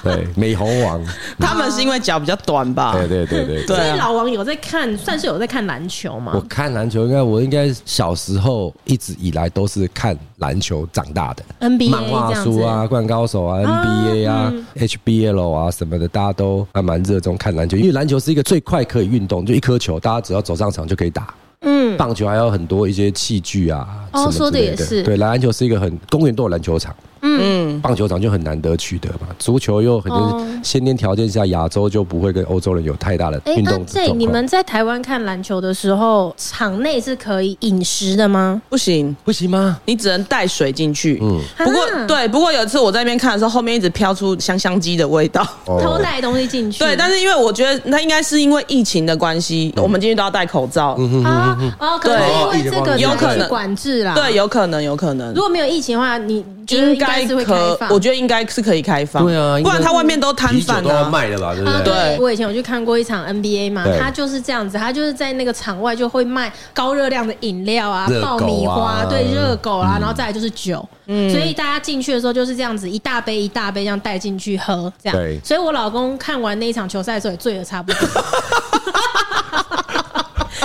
[SPEAKER 3] 对，美猴王，
[SPEAKER 2] 他们是因为脚比较短吧？
[SPEAKER 3] 对对对对。
[SPEAKER 2] 对
[SPEAKER 1] 所以
[SPEAKER 2] 啊
[SPEAKER 1] 老王有在看，算是有在看篮球
[SPEAKER 3] 我
[SPEAKER 1] 嘛？
[SPEAKER 3] 看篮球，应该我应该小时候一直以来都是看篮球长大的
[SPEAKER 1] NBA
[SPEAKER 3] 漫画书
[SPEAKER 1] 这样嗯
[SPEAKER 3] 啊、灌篮高手啊、NBA 啊、HBL 啊什么的，大家都还蛮热衷看篮球，因为篮球是一个最快可以运动，就一颗球，大家只要走上场就可以打。嗯，棒球还有很多一些器具啊，
[SPEAKER 1] 哦
[SPEAKER 3] 什么之
[SPEAKER 1] 说得
[SPEAKER 3] 类
[SPEAKER 1] 也是
[SPEAKER 3] 对，篮球是一个很公园都有篮球场，
[SPEAKER 2] 嗯，
[SPEAKER 3] 棒球场就很难得取得嘛，足球又很
[SPEAKER 1] 哦
[SPEAKER 3] 先天条件下，亚洲就不会跟欧洲人有太大的
[SPEAKER 1] 哎，
[SPEAKER 3] 运
[SPEAKER 1] 那
[SPEAKER 3] 动状
[SPEAKER 1] 这
[SPEAKER 3] 况。
[SPEAKER 1] 你们在台湾看篮球的时候，场内是可以饮食的吗？
[SPEAKER 2] 不行，
[SPEAKER 3] 不行吗？
[SPEAKER 2] 你只能带水进去。嗯，不过
[SPEAKER 1] 啊
[SPEAKER 2] 对，不过有一次我在那边看的时候，后面一直飘出香香鸡的味道。
[SPEAKER 3] 哦
[SPEAKER 1] 偷带东西进去？
[SPEAKER 2] 对，但 是因为我觉得那应该是因为疫情的关系，
[SPEAKER 3] 嗯
[SPEAKER 2] 我们进去都要戴口罩。
[SPEAKER 1] 啊哦，可
[SPEAKER 2] 对
[SPEAKER 1] 能是因为这个
[SPEAKER 2] 有可能
[SPEAKER 1] 才去管制啦。
[SPEAKER 2] 对，，有可能，有可能
[SPEAKER 1] 如，果没有疫情的话，你
[SPEAKER 2] 应
[SPEAKER 1] 该
[SPEAKER 2] 该
[SPEAKER 1] 是会开
[SPEAKER 2] 可，
[SPEAKER 1] 放。
[SPEAKER 2] 我觉得应该是可以开放。
[SPEAKER 3] 对啊应
[SPEAKER 2] 不
[SPEAKER 3] 该
[SPEAKER 2] 然他外面都摊
[SPEAKER 3] 啤酒
[SPEAKER 2] 贩
[SPEAKER 3] 都要
[SPEAKER 2] 啊。
[SPEAKER 3] 卖的吧，对不
[SPEAKER 1] 啊，
[SPEAKER 3] 对？
[SPEAKER 2] 对
[SPEAKER 1] 我以前有去看过一场 NBA 嘛
[SPEAKER 3] 对，
[SPEAKER 1] 他就是这样子，他就是在那个场外就会卖高热量的饮料啊
[SPEAKER 3] 热、
[SPEAKER 1] 爆
[SPEAKER 3] 狗
[SPEAKER 1] 米花
[SPEAKER 3] 啊，
[SPEAKER 1] 对，热狗啊，然后再来就是酒，所以大家进去的时候就是这样子，一大杯一大杯这样带进去喝，这
[SPEAKER 3] 对
[SPEAKER 1] 样。所以我 老公看完那一场球赛的时候也醉得差不多。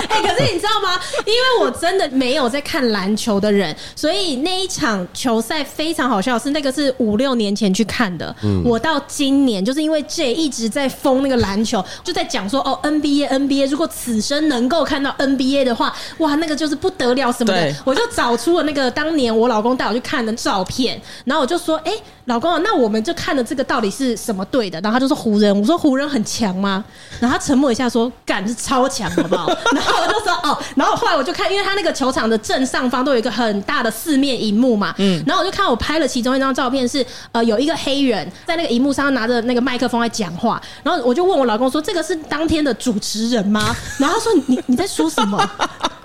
[SPEAKER 1] 哎，可是是你知道吗？因为我真的没有在看篮球的人，所以那一场球赛非常好笑，是那个是五六年前去看的。我到今年就是因为 J 一直在疯那个篮球，就在讲说哦 NBA NBA，如果此生能够看到 NBA 的话，哇，那个就是不得了什么的
[SPEAKER 2] 对。
[SPEAKER 1] 我就找出了那个当年我老公带我去看的照片，然后我就说，哎、老公啊，那我们就看的这个到底是什么队的？然后他就说湖人，我说湖人很强吗？ 然后他沉默一下说，干是超强，好不好？然后我就说哦，然后后来我就看，因为他那个球场的正上方都有一个很大的四面荧幕嘛，嗯，然后我就看我拍了其中一张照片是呃有一个黑人在那个荧幕上拿着那个麦克风在讲话，然后我就问我老公说，这个是当天的主持人吗？然后他说你你在说什么？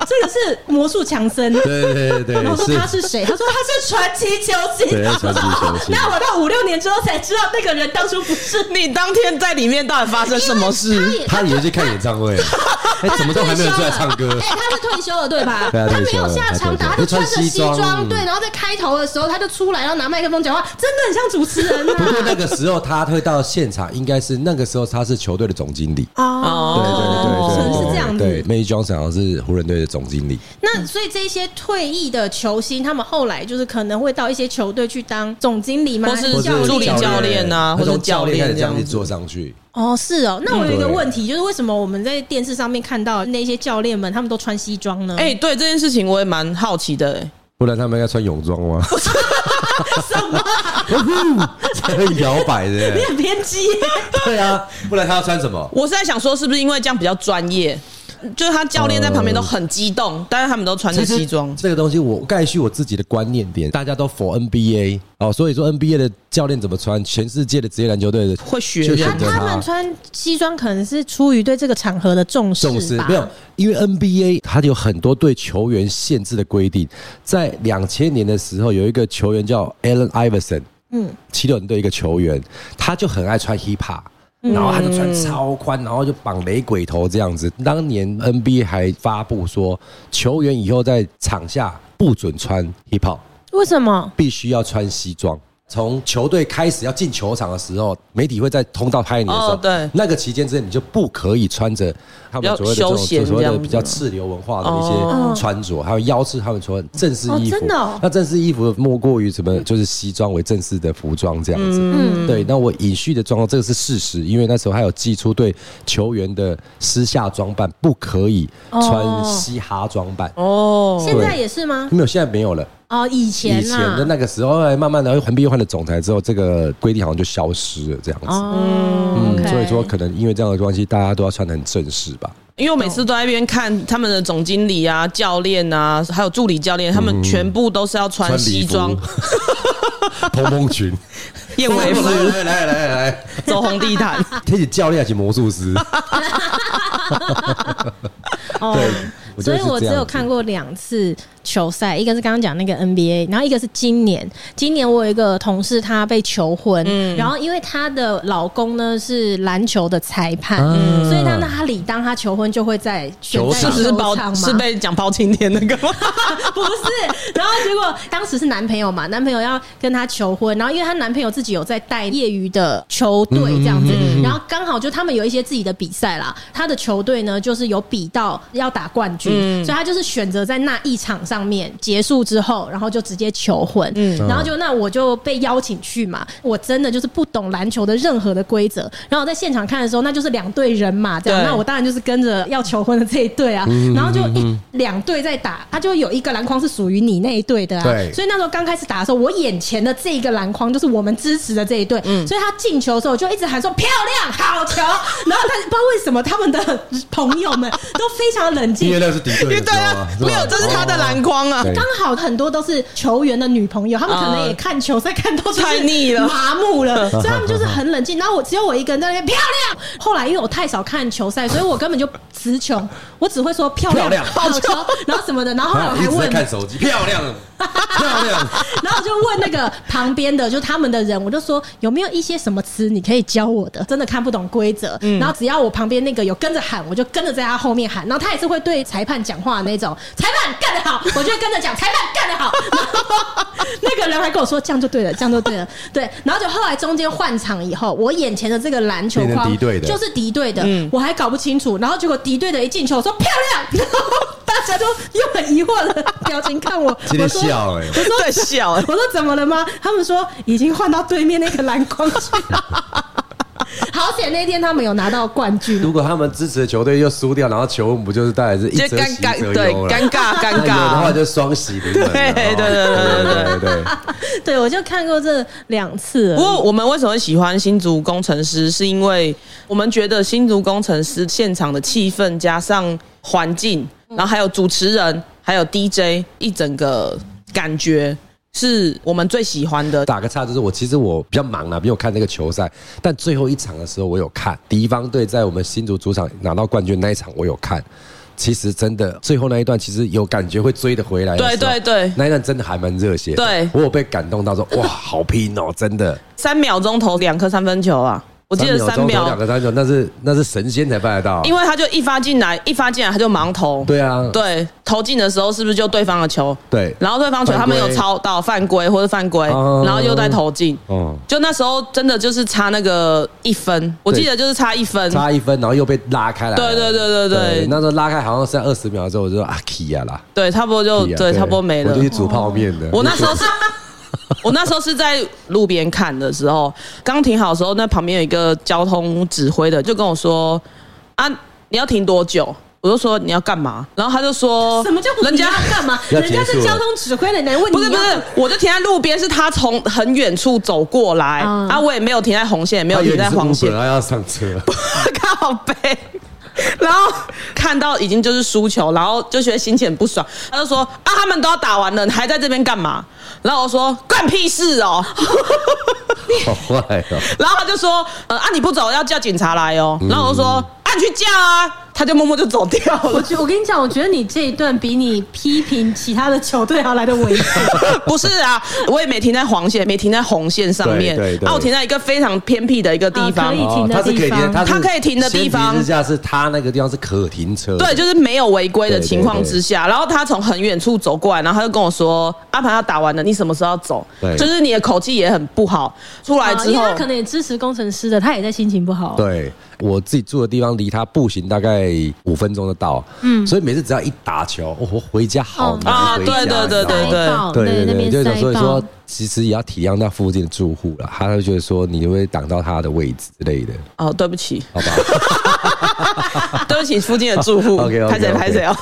[SPEAKER 1] 这个是魔术强森。
[SPEAKER 3] 对对对
[SPEAKER 1] 然后我
[SPEAKER 3] 对，
[SPEAKER 1] 说他
[SPEAKER 3] 是
[SPEAKER 1] 是谁？他说他是传奇球星。啊
[SPEAKER 3] 对他是传奇球星
[SPEAKER 1] 那我到五六年之后才知道，那个人当初不是
[SPEAKER 2] 你当天在里面到底发生什么
[SPEAKER 1] 他
[SPEAKER 2] 事？
[SPEAKER 1] 也
[SPEAKER 3] 他以为去看演唱会，哎，怎么都还没有出来唱歌
[SPEAKER 1] 哎、，他是退休了对吧？
[SPEAKER 3] 对啊
[SPEAKER 1] 他
[SPEAKER 3] 退
[SPEAKER 1] 没
[SPEAKER 3] 休
[SPEAKER 1] 有
[SPEAKER 3] 了
[SPEAKER 1] 下场打，
[SPEAKER 3] 他
[SPEAKER 1] 他
[SPEAKER 3] 退
[SPEAKER 1] 就
[SPEAKER 3] 休
[SPEAKER 1] 穿着西
[SPEAKER 3] 了他穿西装
[SPEAKER 1] 装，对，然后在开头的时候他就出来，然后拿麦克风讲话，真的很像主持人啊
[SPEAKER 3] 不过
[SPEAKER 1] 呐、
[SPEAKER 3] 那个时候他会到现场，应该是那个时候他是球队的总经理。
[SPEAKER 1] 哦，
[SPEAKER 3] 对对对对，
[SPEAKER 1] 可能是这样子
[SPEAKER 3] 对，May Johnson 好像是湖人队的总经理。
[SPEAKER 1] 那所以这些退役的球星，他们后来就是可能会到一些球队去当总经理吗？
[SPEAKER 2] 或是
[SPEAKER 1] 还
[SPEAKER 3] 或
[SPEAKER 1] 教
[SPEAKER 3] 是
[SPEAKER 1] 练
[SPEAKER 2] 助理教练啊
[SPEAKER 3] 他
[SPEAKER 2] 或者
[SPEAKER 3] 从教练开始这样
[SPEAKER 2] 教
[SPEAKER 3] 子
[SPEAKER 2] 练
[SPEAKER 3] 做上去。
[SPEAKER 1] 哦，是哦。那我有一个
[SPEAKER 3] 嗯
[SPEAKER 1] 问题，就是为什么我们在电视上面看到那些教练们，他们都穿西装呢？
[SPEAKER 2] 哎、对这件事情我也蛮好奇的、哎
[SPEAKER 3] 不然他们应该穿泳装吗？
[SPEAKER 1] 什么？
[SPEAKER 3] 才会摇摆
[SPEAKER 1] 你
[SPEAKER 3] 的。
[SPEAKER 1] 很偏 激。
[SPEAKER 3] 对啊，不然他要穿什么？
[SPEAKER 2] 我是在想说，是不是因为这样比较专业？就是他教练在旁边都很激动，但是他们都穿着西装。
[SPEAKER 3] 这个东西我盖续我自己的观念点，大家都否 NBA 哦，所以说 NBA 的教练怎么穿，全世界的职业篮球队的
[SPEAKER 2] 会学
[SPEAKER 3] 就
[SPEAKER 2] 这
[SPEAKER 3] 选
[SPEAKER 2] 样
[SPEAKER 1] 他
[SPEAKER 2] 子
[SPEAKER 3] 择
[SPEAKER 1] 他们穿西装可能是出于对这个场合的重视吧，
[SPEAKER 3] 重视没有，因为 NBA 它有很多对球员限制的规定。在两千年的时候，有一个球员叫 Allen Iverson，嗯，七六人队一个球员，他就很爱穿 hip hop。然后他就穿超宽，然后就绑雷鬼头这样子。当年 NBA 还发布说，球员以后在场下不准穿 hip hop，
[SPEAKER 1] 为什么？
[SPEAKER 3] 必须要穿西装。从球队开始要进球场的时候，媒体会在通道拍你的时候，
[SPEAKER 2] 哦对
[SPEAKER 3] 那个期间之内你就不可以穿着他们所谓的这种
[SPEAKER 2] 比较休闲
[SPEAKER 3] 所
[SPEAKER 2] 这
[SPEAKER 3] 谓
[SPEAKER 2] 样
[SPEAKER 3] 的
[SPEAKER 2] 子
[SPEAKER 3] 比较次流文化的
[SPEAKER 2] 哦
[SPEAKER 3] 一些穿着，还有腰饰，他们说正式衣服。
[SPEAKER 1] 哦真的哦
[SPEAKER 3] 那正式衣服莫过于什么？就是西装为正式的服装这样子。
[SPEAKER 1] 嗯
[SPEAKER 3] 对，那我隐蓄的状况，这个是事实，因为那时候还有寄出对球员的私下装扮不可以
[SPEAKER 1] 哦
[SPEAKER 3] 穿嘻哈装扮，
[SPEAKER 2] 哦，
[SPEAKER 1] 现在也是吗？
[SPEAKER 3] 没有，现在没有了。
[SPEAKER 1] 哦，以
[SPEAKER 3] 以
[SPEAKER 1] 前
[SPEAKER 3] 前
[SPEAKER 1] 啊
[SPEAKER 3] 的，那个时候，后来慢慢的，NBA 换了总裁之后，这个规定好像就消失了，这样子。
[SPEAKER 1] 哦
[SPEAKER 3] 嗯，
[SPEAKER 1] ，OK
[SPEAKER 3] 所以说可能因为这样的关系，大家都要穿的很正式吧。
[SPEAKER 2] 因为我每次都在一边看他们的总经理啊、教练啊，还有助理教
[SPEAKER 3] 嗯
[SPEAKER 2] 练，他们全部都是要穿西装、
[SPEAKER 3] 蓬蓬裙，
[SPEAKER 2] 燕尾服、
[SPEAKER 3] 来来来来，
[SPEAKER 2] 走红地 毯。
[SPEAKER 3] 这是教练还是魔术师？
[SPEAKER 1] 哦
[SPEAKER 3] 对。我
[SPEAKER 1] 所
[SPEAKER 3] 觉得
[SPEAKER 1] 以
[SPEAKER 3] 是
[SPEAKER 1] 我只
[SPEAKER 3] 这样
[SPEAKER 1] 有
[SPEAKER 3] 子
[SPEAKER 1] 看过两次球赛，一个是刚刚讲那个 NBA，然后一个是今年。今年我有一个同事，她被求婚，
[SPEAKER 2] 嗯
[SPEAKER 1] 然后因为她的老公呢是篮球的裁判，
[SPEAKER 3] 嗯
[SPEAKER 1] 所以她那她理当她求婚就会在选
[SPEAKER 3] 球
[SPEAKER 1] 在
[SPEAKER 3] 场
[SPEAKER 2] 是不是包
[SPEAKER 1] 球场嘛
[SPEAKER 2] 是被讲包青天那个吗？
[SPEAKER 1] 不是，然后结果当时是男朋友嘛，男朋友要跟她求婚，然后因为她男朋友自己有在带业余的球队这样子，然后刚好就他们有一些自己的比赛啦，他的球队呢就是有比到要打冠军，所以他就是选择在那一场上面结束之后，然后就直接求婚，然后就那我就被邀请去嘛，我真的就是不懂篮球的任何的规则，然后我在现场看的时候，那就是两队人嘛，这样，
[SPEAKER 2] 对
[SPEAKER 1] 那我当然就是跟着要求婚的这一队啊，然后就一两队在打，他就有一个篮筐是属于你那一队的啊，
[SPEAKER 3] 对
[SPEAKER 1] 所以那时候刚开始打的时候，我眼前的这一个篮筐就是我们支持的这一队，所以他进球的时候我就一直喊说漂亮好球，然后他不知道为什么他们的朋友们都非常冷静，
[SPEAKER 3] 那是敌 哦对
[SPEAKER 2] 对啊，没有，这是他的篮筐啊。
[SPEAKER 3] 对
[SPEAKER 1] 刚好很多都是球员的女朋友，他们可能也看球赛看到就是
[SPEAKER 2] 太腻了
[SPEAKER 1] 麻木了，所以他们就是很冷静。然后我只有我一个人在那边漂亮。后来因为我太少看球赛，所以我根本就词穷，我只会说漂
[SPEAKER 3] 漂亮啊
[SPEAKER 1] 好球，然后什么的。然后后来我还问，
[SPEAKER 3] 手机，漂亮，漂亮。
[SPEAKER 1] 然后我就问那个旁边的，就他们的人，我就说有没有一些什么词你可以教我的？真的看不懂规则，
[SPEAKER 3] 嗯
[SPEAKER 1] 然后只要我旁边那个有跟着喊，我就跟着在他后面喊，然后他也是会对裁判讲话的那种，裁判干得好，我就跟着讲裁判干得好。然后那个人还跟我说这样就对了，这样就对了，对。然后就后来中间换场以后，我眼前的这个篮球
[SPEAKER 3] 变成
[SPEAKER 1] 框
[SPEAKER 3] 敌对的嗯
[SPEAKER 1] 就是敌对的，我还搞不清楚。然后结果敌对的一进球，我说漂亮， 然后大家都用很疑惑的表情看我，
[SPEAKER 3] 今
[SPEAKER 1] 我
[SPEAKER 3] 天
[SPEAKER 1] 说
[SPEAKER 3] 笑哎、
[SPEAKER 1] 我说
[SPEAKER 2] 在笑欸
[SPEAKER 1] 我说怎么了吗？他们说已经换到对面那个篮筐去了。 好险那天他们有拿到冠军，
[SPEAKER 3] 如果他们支持的球队又输掉，然后球不就是带来 是一
[SPEAKER 2] 就
[SPEAKER 3] 则
[SPEAKER 2] 尴
[SPEAKER 3] 喜一
[SPEAKER 2] 尬，
[SPEAKER 3] 则
[SPEAKER 2] 对，
[SPEAKER 3] 忧了？
[SPEAKER 2] 尴尬尴
[SPEAKER 3] 那有的话
[SPEAKER 2] 尬。
[SPEAKER 3] 就双喜临门了。
[SPEAKER 2] 对
[SPEAKER 3] 哦
[SPEAKER 2] 对对对
[SPEAKER 3] 对对对。
[SPEAKER 1] 对我就看过这两次
[SPEAKER 2] 不
[SPEAKER 1] 了。
[SPEAKER 2] 过我们为什么喜欢新竹工程师，是因为我们觉得新竹工程师现场的气氛加上环境，然后还有主持人，还有 DJ，一整个感觉是我们最喜欢的。
[SPEAKER 3] 打个岔，就是我其实我比较忙啦，没有看那个球赛，但最后一场的时候我有看，敌方队在我们新竹主场拿到冠军那一场我有看。其实真的最后那一段，其实有感觉会追得回来的时候。
[SPEAKER 2] 对对对
[SPEAKER 3] 那一段真的还蛮热血的。
[SPEAKER 2] 对
[SPEAKER 3] 我有被感动到说，哇，好拼哦，真的。
[SPEAKER 2] 三秒钟投两颗三分球啊！我记得三
[SPEAKER 3] 钟投
[SPEAKER 2] 秒
[SPEAKER 3] 两，个三球，那是那是神仙才办得到。
[SPEAKER 2] 因为他就一发进来，一发进来他就盲投。
[SPEAKER 3] 对啊，
[SPEAKER 2] 对，投进的时候是不是就对方的球？
[SPEAKER 3] 对
[SPEAKER 2] 然后对方球他们有抄到犯规或者犯规，
[SPEAKER 3] 哦
[SPEAKER 2] 然后又在投进。
[SPEAKER 3] 哦，
[SPEAKER 2] 就那时候真的就是差那个一分，我记得就是差一分。
[SPEAKER 3] 差一分，然后又被拉开来了。
[SPEAKER 2] 对对对对对
[SPEAKER 3] 那时候拉开好像是在二十秒之后，我就说啊，k 呀啦，
[SPEAKER 2] 对，差不多就
[SPEAKER 3] key
[SPEAKER 2] 哦
[SPEAKER 3] 啊
[SPEAKER 2] 对，差不多没了
[SPEAKER 3] 我就。去啊煮泡面的。
[SPEAKER 2] 我那时候是， 我那时候是在路边看的时候，刚停好的时候，那旁边有一个交通指挥的就跟我说：“啊，你要停多久？”我就说：“你要干嘛？”然后他就说：“
[SPEAKER 1] 什么叫
[SPEAKER 2] 哦人
[SPEAKER 1] 人
[SPEAKER 2] 家
[SPEAKER 1] 家干 嘛？
[SPEAKER 3] 要
[SPEAKER 1] 人家
[SPEAKER 3] 结
[SPEAKER 1] 是
[SPEAKER 3] 束了
[SPEAKER 1] 交通指挥的，你还问
[SPEAKER 2] 不是
[SPEAKER 1] 你
[SPEAKER 2] 不是
[SPEAKER 1] 要？，
[SPEAKER 2] 我就停在路边，是他从很远处走过来，
[SPEAKER 1] 嗯
[SPEAKER 2] 啊，我也没有停在红线，也没有
[SPEAKER 3] 他以为
[SPEAKER 2] 停
[SPEAKER 3] 你
[SPEAKER 2] 在
[SPEAKER 3] 是
[SPEAKER 2] 黄
[SPEAKER 3] Uber，
[SPEAKER 2] 线，
[SPEAKER 3] 他要上 车。
[SPEAKER 2] 靠背。然后看到已经就是输球，然后就觉得心情很不爽，他就说啊，他们都要打完了，你还在这边干嘛？然后我说干屁事哦，
[SPEAKER 3] 好坏哦！
[SPEAKER 2] 然后他就说呃啊你不走要叫警察来哦，
[SPEAKER 3] 嗯
[SPEAKER 2] 然后我就说啊你去叫啊， 他就默默就走掉
[SPEAKER 1] 我
[SPEAKER 2] 了。
[SPEAKER 1] 觉我跟你讲，我觉得你这一段比你批评其他的球队还要来的危 险。
[SPEAKER 2] 不是啊，我也没停在黄线，没停在红线上面，
[SPEAKER 3] 对对对
[SPEAKER 2] 啊，我停在一个非常偏僻的一个地
[SPEAKER 1] 啊
[SPEAKER 2] 方
[SPEAKER 1] 可以。停的
[SPEAKER 3] 哦他是可
[SPEAKER 1] 地
[SPEAKER 3] 以停，
[SPEAKER 1] 方
[SPEAKER 3] 他是
[SPEAKER 2] 他可以停的地方
[SPEAKER 3] 前提之下是他那个地方是可停车的。
[SPEAKER 2] 对，就是没有违规的情况之下，然后他从很远处走过来，然后他就跟我说：“阿盘要打完了，你什么时候要走
[SPEAKER 3] 对？”
[SPEAKER 2] 就是你的口气也很不好。出来
[SPEAKER 1] 啊
[SPEAKER 2] 之
[SPEAKER 1] 因为
[SPEAKER 2] 后，
[SPEAKER 1] 他可能也支持工程师的，他也在心情不好。
[SPEAKER 3] 对我自己住的地方离他步行大概五分钟就到，嗯，所以每次只要一打球，哦我回家好
[SPEAKER 1] 嗯
[SPEAKER 3] 难回家。
[SPEAKER 2] 啊对对
[SPEAKER 3] 你知道吗
[SPEAKER 2] 对对
[SPEAKER 1] 塞爆哦
[SPEAKER 3] 对
[SPEAKER 1] 那
[SPEAKER 3] 对对，
[SPEAKER 1] 边
[SPEAKER 3] 就是
[SPEAKER 1] 塞
[SPEAKER 3] 所以说
[SPEAKER 1] 爆，
[SPEAKER 3] 其实也要体谅到附近的住户了，他会觉得说你会挡到他的位置之类的，
[SPEAKER 2] 哦，对不起，
[SPEAKER 3] 好不好？
[SPEAKER 2] 对不起，附近的住户，
[SPEAKER 3] OK，OK，OK
[SPEAKER 2] 拍谁拍谁哦。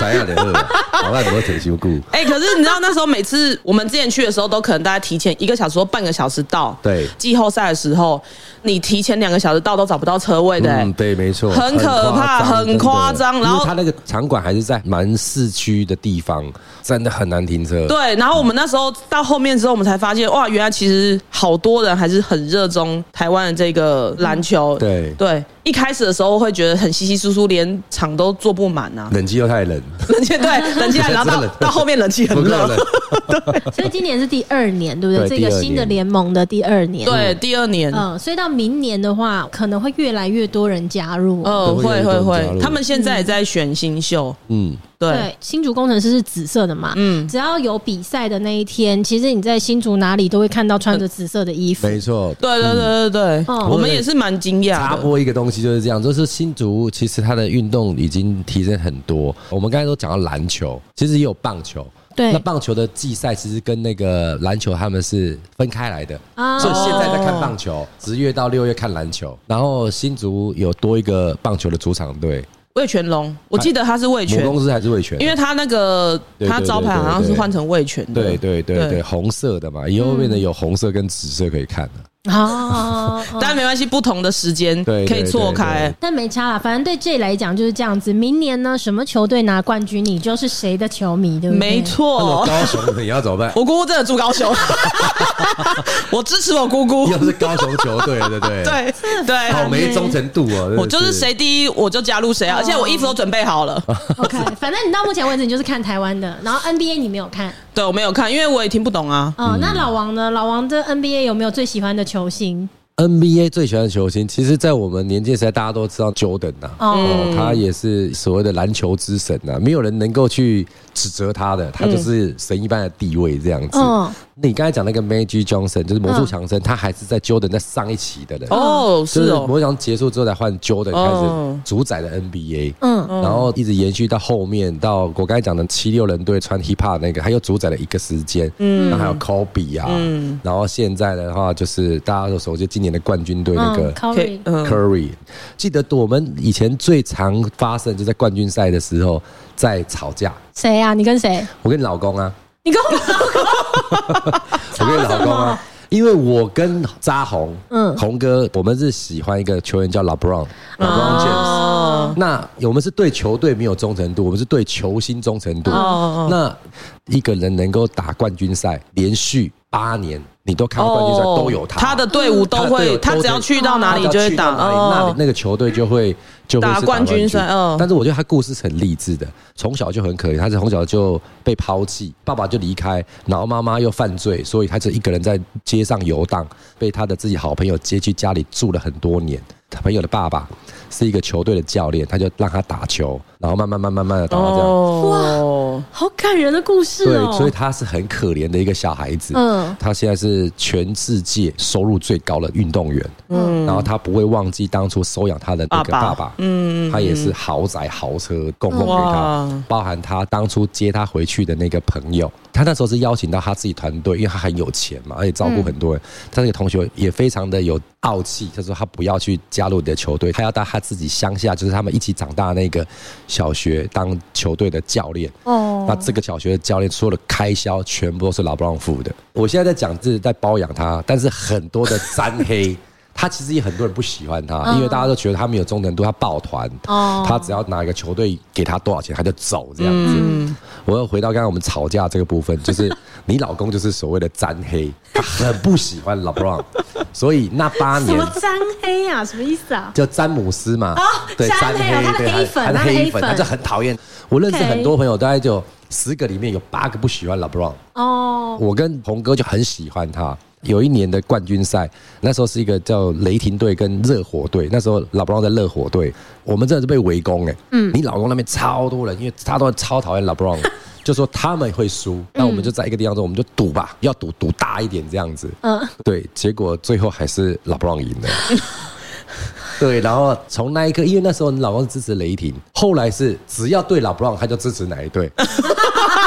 [SPEAKER 3] 咱俩得喝，好那我腿修顾。
[SPEAKER 2] 哎、可是你知道那时候每次我们之前去的时候，都可能大家提前一个小时或半个小时到。
[SPEAKER 3] 对
[SPEAKER 2] 季后赛的时候，你提前两个小时到都找不到车位的、哎
[SPEAKER 3] 嗯，对，没错，
[SPEAKER 2] 很可怕很夸张
[SPEAKER 3] 真的
[SPEAKER 2] 然后
[SPEAKER 3] 因为他那个场馆还是在蛮市区的地方，真的很难停车。
[SPEAKER 2] 对，然后我们那时候到后面之后，我们才发现，哇，原来其实好多人还是很热衷台湾的这个篮球。
[SPEAKER 3] 对
[SPEAKER 2] 对，一开始的时候会觉得很稀稀疏疏，连场都坐不满 啊。
[SPEAKER 3] 冷气又太冷，
[SPEAKER 2] 冷气对，冷气来，然后
[SPEAKER 3] 真
[SPEAKER 2] 到
[SPEAKER 3] 的
[SPEAKER 2] 到后面冷气
[SPEAKER 3] 不
[SPEAKER 2] 很
[SPEAKER 3] 够
[SPEAKER 2] 热。
[SPEAKER 3] 冷。
[SPEAKER 1] 所以今年是第二年，对不对？
[SPEAKER 3] 对
[SPEAKER 1] 这个
[SPEAKER 3] 第二
[SPEAKER 1] 新的
[SPEAKER 3] 年
[SPEAKER 1] 联盟的第二年。
[SPEAKER 2] 对，第二年，
[SPEAKER 1] 嗯，所以到明年的话，可能会越来越多人加入。
[SPEAKER 2] 嗯，
[SPEAKER 3] 对会
[SPEAKER 2] 会
[SPEAKER 3] 有
[SPEAKER 2] 会
[SPEAKER 3] 人加
[SPEAKER 2] 会，
[SPEAKER 3] 入
[SPEAKER 2] 他们现在也在选新秀。
[SPEAKER 3] 嗯，
[SPEAKER 2] 对
[SPEAKER 1] 对，新竹工程师是紫色的嘛？
[SPEAKER 2] 嗯
[SPEAKER 1] 嗯，只要有比赛的那一天，其实你在新竹哪里都会看到穿着紫色的衣服。
[SPEAKER 3] 没错。
[SPEAKER 2] 对对对对对，
[SPEAKER 1] 哦
[SPEAKER 2] 我们也是蛮惊
[SPEAKER 3] 插
[SPEAKER 2] 讶的。
[SPEAKER 3] 播一个东西就是这样，就是新竹其实它的运动已经提升很多。我们刚才都讲到篮球，其实也有棒球。
[SPEAKER 1] 对
[SPEAKER 3] 那棒球的季赛其实跟那个篮球他们是分开来的，
[SPEAKER 2] 哦
[SPEAKER 1] 啊
[SPEAKER 3] 所以现在在看棒球，十月到六月看篮球，然后新竹有多一个棒球的主场队，
[SPEAKER 2] 魏全龙，我记得他是魏
[SPEAKER 3] 母
[SPEAKER 2] 全，
[SPEAKER 3] 哎公司还是味全，
[SPEAKER 2] 因为他那个
[SPEAKER 3] 对对
[SPEAKER 2] 他招牌好像是换成魏全的。
[SPEAKER 3] 对对对对，红色的嘛，以后变得有红色跟紫色可以看的。
[SPEAKER 1] 啊，
[SPEAKER 2] 但
[SPEAKER 1] 但
[SPEAKER 2] 没关系，不同的时间
[SPEAKER 3] 对
[SPEAKER 2] 可以错
[SPEAKER 3] 对对
[SPEAKER 2] 开
[SPEAKER 3] 对。
[SPEAKER 1] 但没差啦，反正对 J 来讲就是这样子。明年呢，什么球队拿冠军，你就是谁的球迷，对不对？
[SPEAKER 2] 没
[SPEAKER 3] 那种
[SPEAKER 2] 错，
[SPEAKER 3] 高雄的你要怎么办？
[SPEAKER 2] 我姑姑真的住高 雄，我支 持我姑姑。
[SPEAKER 3] 又是高雄球队，对不对？，
[SPEAKER 2] 对对，
[SPEAKER 3] 好没哦忠诚度哦。真的
[SPEAKER 2] 我就是谁第一我就加入谁啊，而且我衣服都准备好了。
[SPEAKER 3] 啊
[SPEAKER 1] OK，反正你到目前为止你就是看台湾的，然后 NBA 你没有看。
[SPEAKER 2] 对我没有看，因为我也听不懂啊。
[SPEAKER 3] 嗯
[SPEAKER 1] 哦，那老王呢？老王这 NBA 有没有最喜欢的球星？
[SPEAKER 3] NBA 最喜欢的球星，其实，在我们年纪时代，大家都知道 Jordan 呐、啊，哦，他也是所谓的篮球之神呐、啊，没有人能够去指责他的，他就是神一般的地位这样子。
[SPEAKER 1] 嗯
[SPEAKER 3] 你刚才讲那个 Magic Johnson 就是魔术强森，他还是在 Jordan 在上一期的人，
[SPEAKER 2] 哦，
[SPEAKER 3] 就是是
[SPEAKER 2] 哦，
[SPEAKER 3] 魔强结束之后才换 Jordan 开
[SPEAKER 2] 哦
[SPEAKER 3] 始主宰的 NBA，
[SPEAKER 1] 嗯
[SPEAKER 3] 然后一直延续到后面，到我刚才讲的七六人队穿 hip hop 那个，他又主宰了一个时间，嗯，然后还有 Kobe 啊，
[SPEAKER 2] 嗯
[SPEAKER 3] 然后现在的话就是大家都熟悉今年的冠军队那个
[SPEAKER 1] 嗯 c o
[SPEAKER 2] 可
[SPEAKER 1] r
[SPEAKER 2] 以
[SPEAKER 1] y，
[SPEAKER 2] 嗯，
[SPEAKER 3] Curry，记得我们以前最常发生就在冠军赛的时候在吵架，
[SPEAKER 1] 谁啊？你跟谁？
[SPEAKER 3] 我跟你老公啊，
[SPEAKER 1] 你跟我
[SPEAKER 3] 我跟你老
[SPEAKER 1] 吵什
[SPEAKER 3] 公
[SPEAKER 1] 么
[SPEAKER 3] 啊。因为我跟扎红，
[SPEAKER 1] 嗯
[SPEAKER 3] 嗯，红哥，我们是喜欢一个球员叫 LeBron，LeBron James，
[SPEAKER 2] 哦，
[SPEAKER 3] 那我们是对球队没有忠诚度，我们是对球星忠诚度。
[SPEAKER 2] 哦
[SPEAKER 3] 那一个人能够打冠军赛，连续八年你都看到冠军
[SPEAKER 2] 哦
[SPEAKER 3] 赛都有他，
[SPEAKER 2] 他的队伍都
[SPEAKER 3] 他的队
[SPEAKER 2] 会，
[SPEAKER 3] 伍
[SPEAKER 2] 他只要去到哪里
[SPEAKER 3] 哦
[SPEAKER 2] 就
[SPEAKER 3] 他只要
[SPEAKER 2] 会
[SPEAKER 3] 去
[SPEAKER 2] 打
[SPEAKER 3] 到哪里那里
[SPEAKER 2] 哦。
[SPEAKER 3] 那个球队就会就会是
[SPEAKER 2] 打冠军赛嗯
[SPEAKER 3] 但是我觉得他故事是很励志的，从小就很可怜，他是从小就被抛弃，爸爸就离开，然后妈妈又犯罪，所以他就一个人在街上游荡，被他的自己好朋友接去家里住了很多年。他朋友的爸爸是一个球队的教练，他就让他打球，然后慢慢慢慢慢的打到这样。
[SPEAKER 2] 哦，
[SPEAKER 1] 好感人的故事
[SPEAKER 3] 对
[SPEAKER 1] 哦。，
[SPEAKER 3] 所以他是很可怜的一个小孩子。
[SPEAKER 1] 嗯
[SPEAKER 3] 他现在是全世界收入最高的运动员。
[SPEAKER 1] 嗯
[SPEAKER 3] 嗯，然后他不会忘记当初收养他的那个
[SPEAKER 2] 爸爸
[SPEAKER 3] 爸爸。嗯，他也是豪宅豪车供奉给
[SPEAKER 2] 哇
[SPEAKER 3] 他，包含他当初接他回去的那个朋友。他那时候是邀请到他自己团队，因为他很有钱嘛，而且照顾很多
[SPEAKER 1] 嗯
[SPEAKER 3] 人。他那个同学也非常的有傲气，他说他不要去加入你的球队，他要到他自己乡下，就是他们一起长大的那个小学当球队的教练。
[SPEAKER 1] 哦
[SPEAKER 3] 那这个小学的教练所有的开销全部都是老布朗付的。我现在在讲是在包养他，但是很多的沾 黑，他其实也很多人不喜欢他，因为大家都觉得他没有忠诚度，他抱团，
[SPEAKER 1] 嗯哦
[SPEAKER 3] 他只要哪一个球队给他多少钱他就走这样
[SPEAKER 1] 嗯
[SPEAKER 3] 子。我要回到刚刚我们吵架这个部分，就是 你老公就是所谓的沾黑，他很不喜欢老布朗，所以那八
[SPEAKER 1] 什
[SPEAKER 3] 年
[SPEAKER 1] 么沾黑啊？什么意思啊？
[SPEAKER 3] 叫詹姆斯嘛，对，
[SPEAKER 1] 詹
[SPEAKER 3] 詹
[SPEAKER 1] 黑哦他的
[SPEAKER 3] 对
[SPEAKER 1] 黑粉
[SPEAKER 3] 他的
[SPEAKER 1] 他的黑
[SPEAKER 3] 黑粉，
[SPEAKER 1] 粉
[SPEAKER 3] 他就很讨厌。我认识
[SPEAKER 1] OK
[SPEAKER 3] 很多朋友，大概就十个里面有八个不喜欢 LeBron，
[SPEAKER 1] 哦，
[SPEAKER 3] 我跟红哥就很喜欢他。有一年的冠军赛，那时候是一个叫雷霆队跟热火队，那时候老布朗在热火队，我们真的是被围攻哎、嗯，你老公那边超多人，因为他都超讨厌 老布朗，就说他们会输，那我们就在一个地方说，我们就赌吧，要赌赌大一点这样子。
[SPEAKER 1] 嗯，
[SPEAKER 3] 对，结果最后还是老布朗赢 了。对，然后从那一刻，因为那时候你老公是支持雷霆，后来是只要对老布朗，他就支持哪 一队。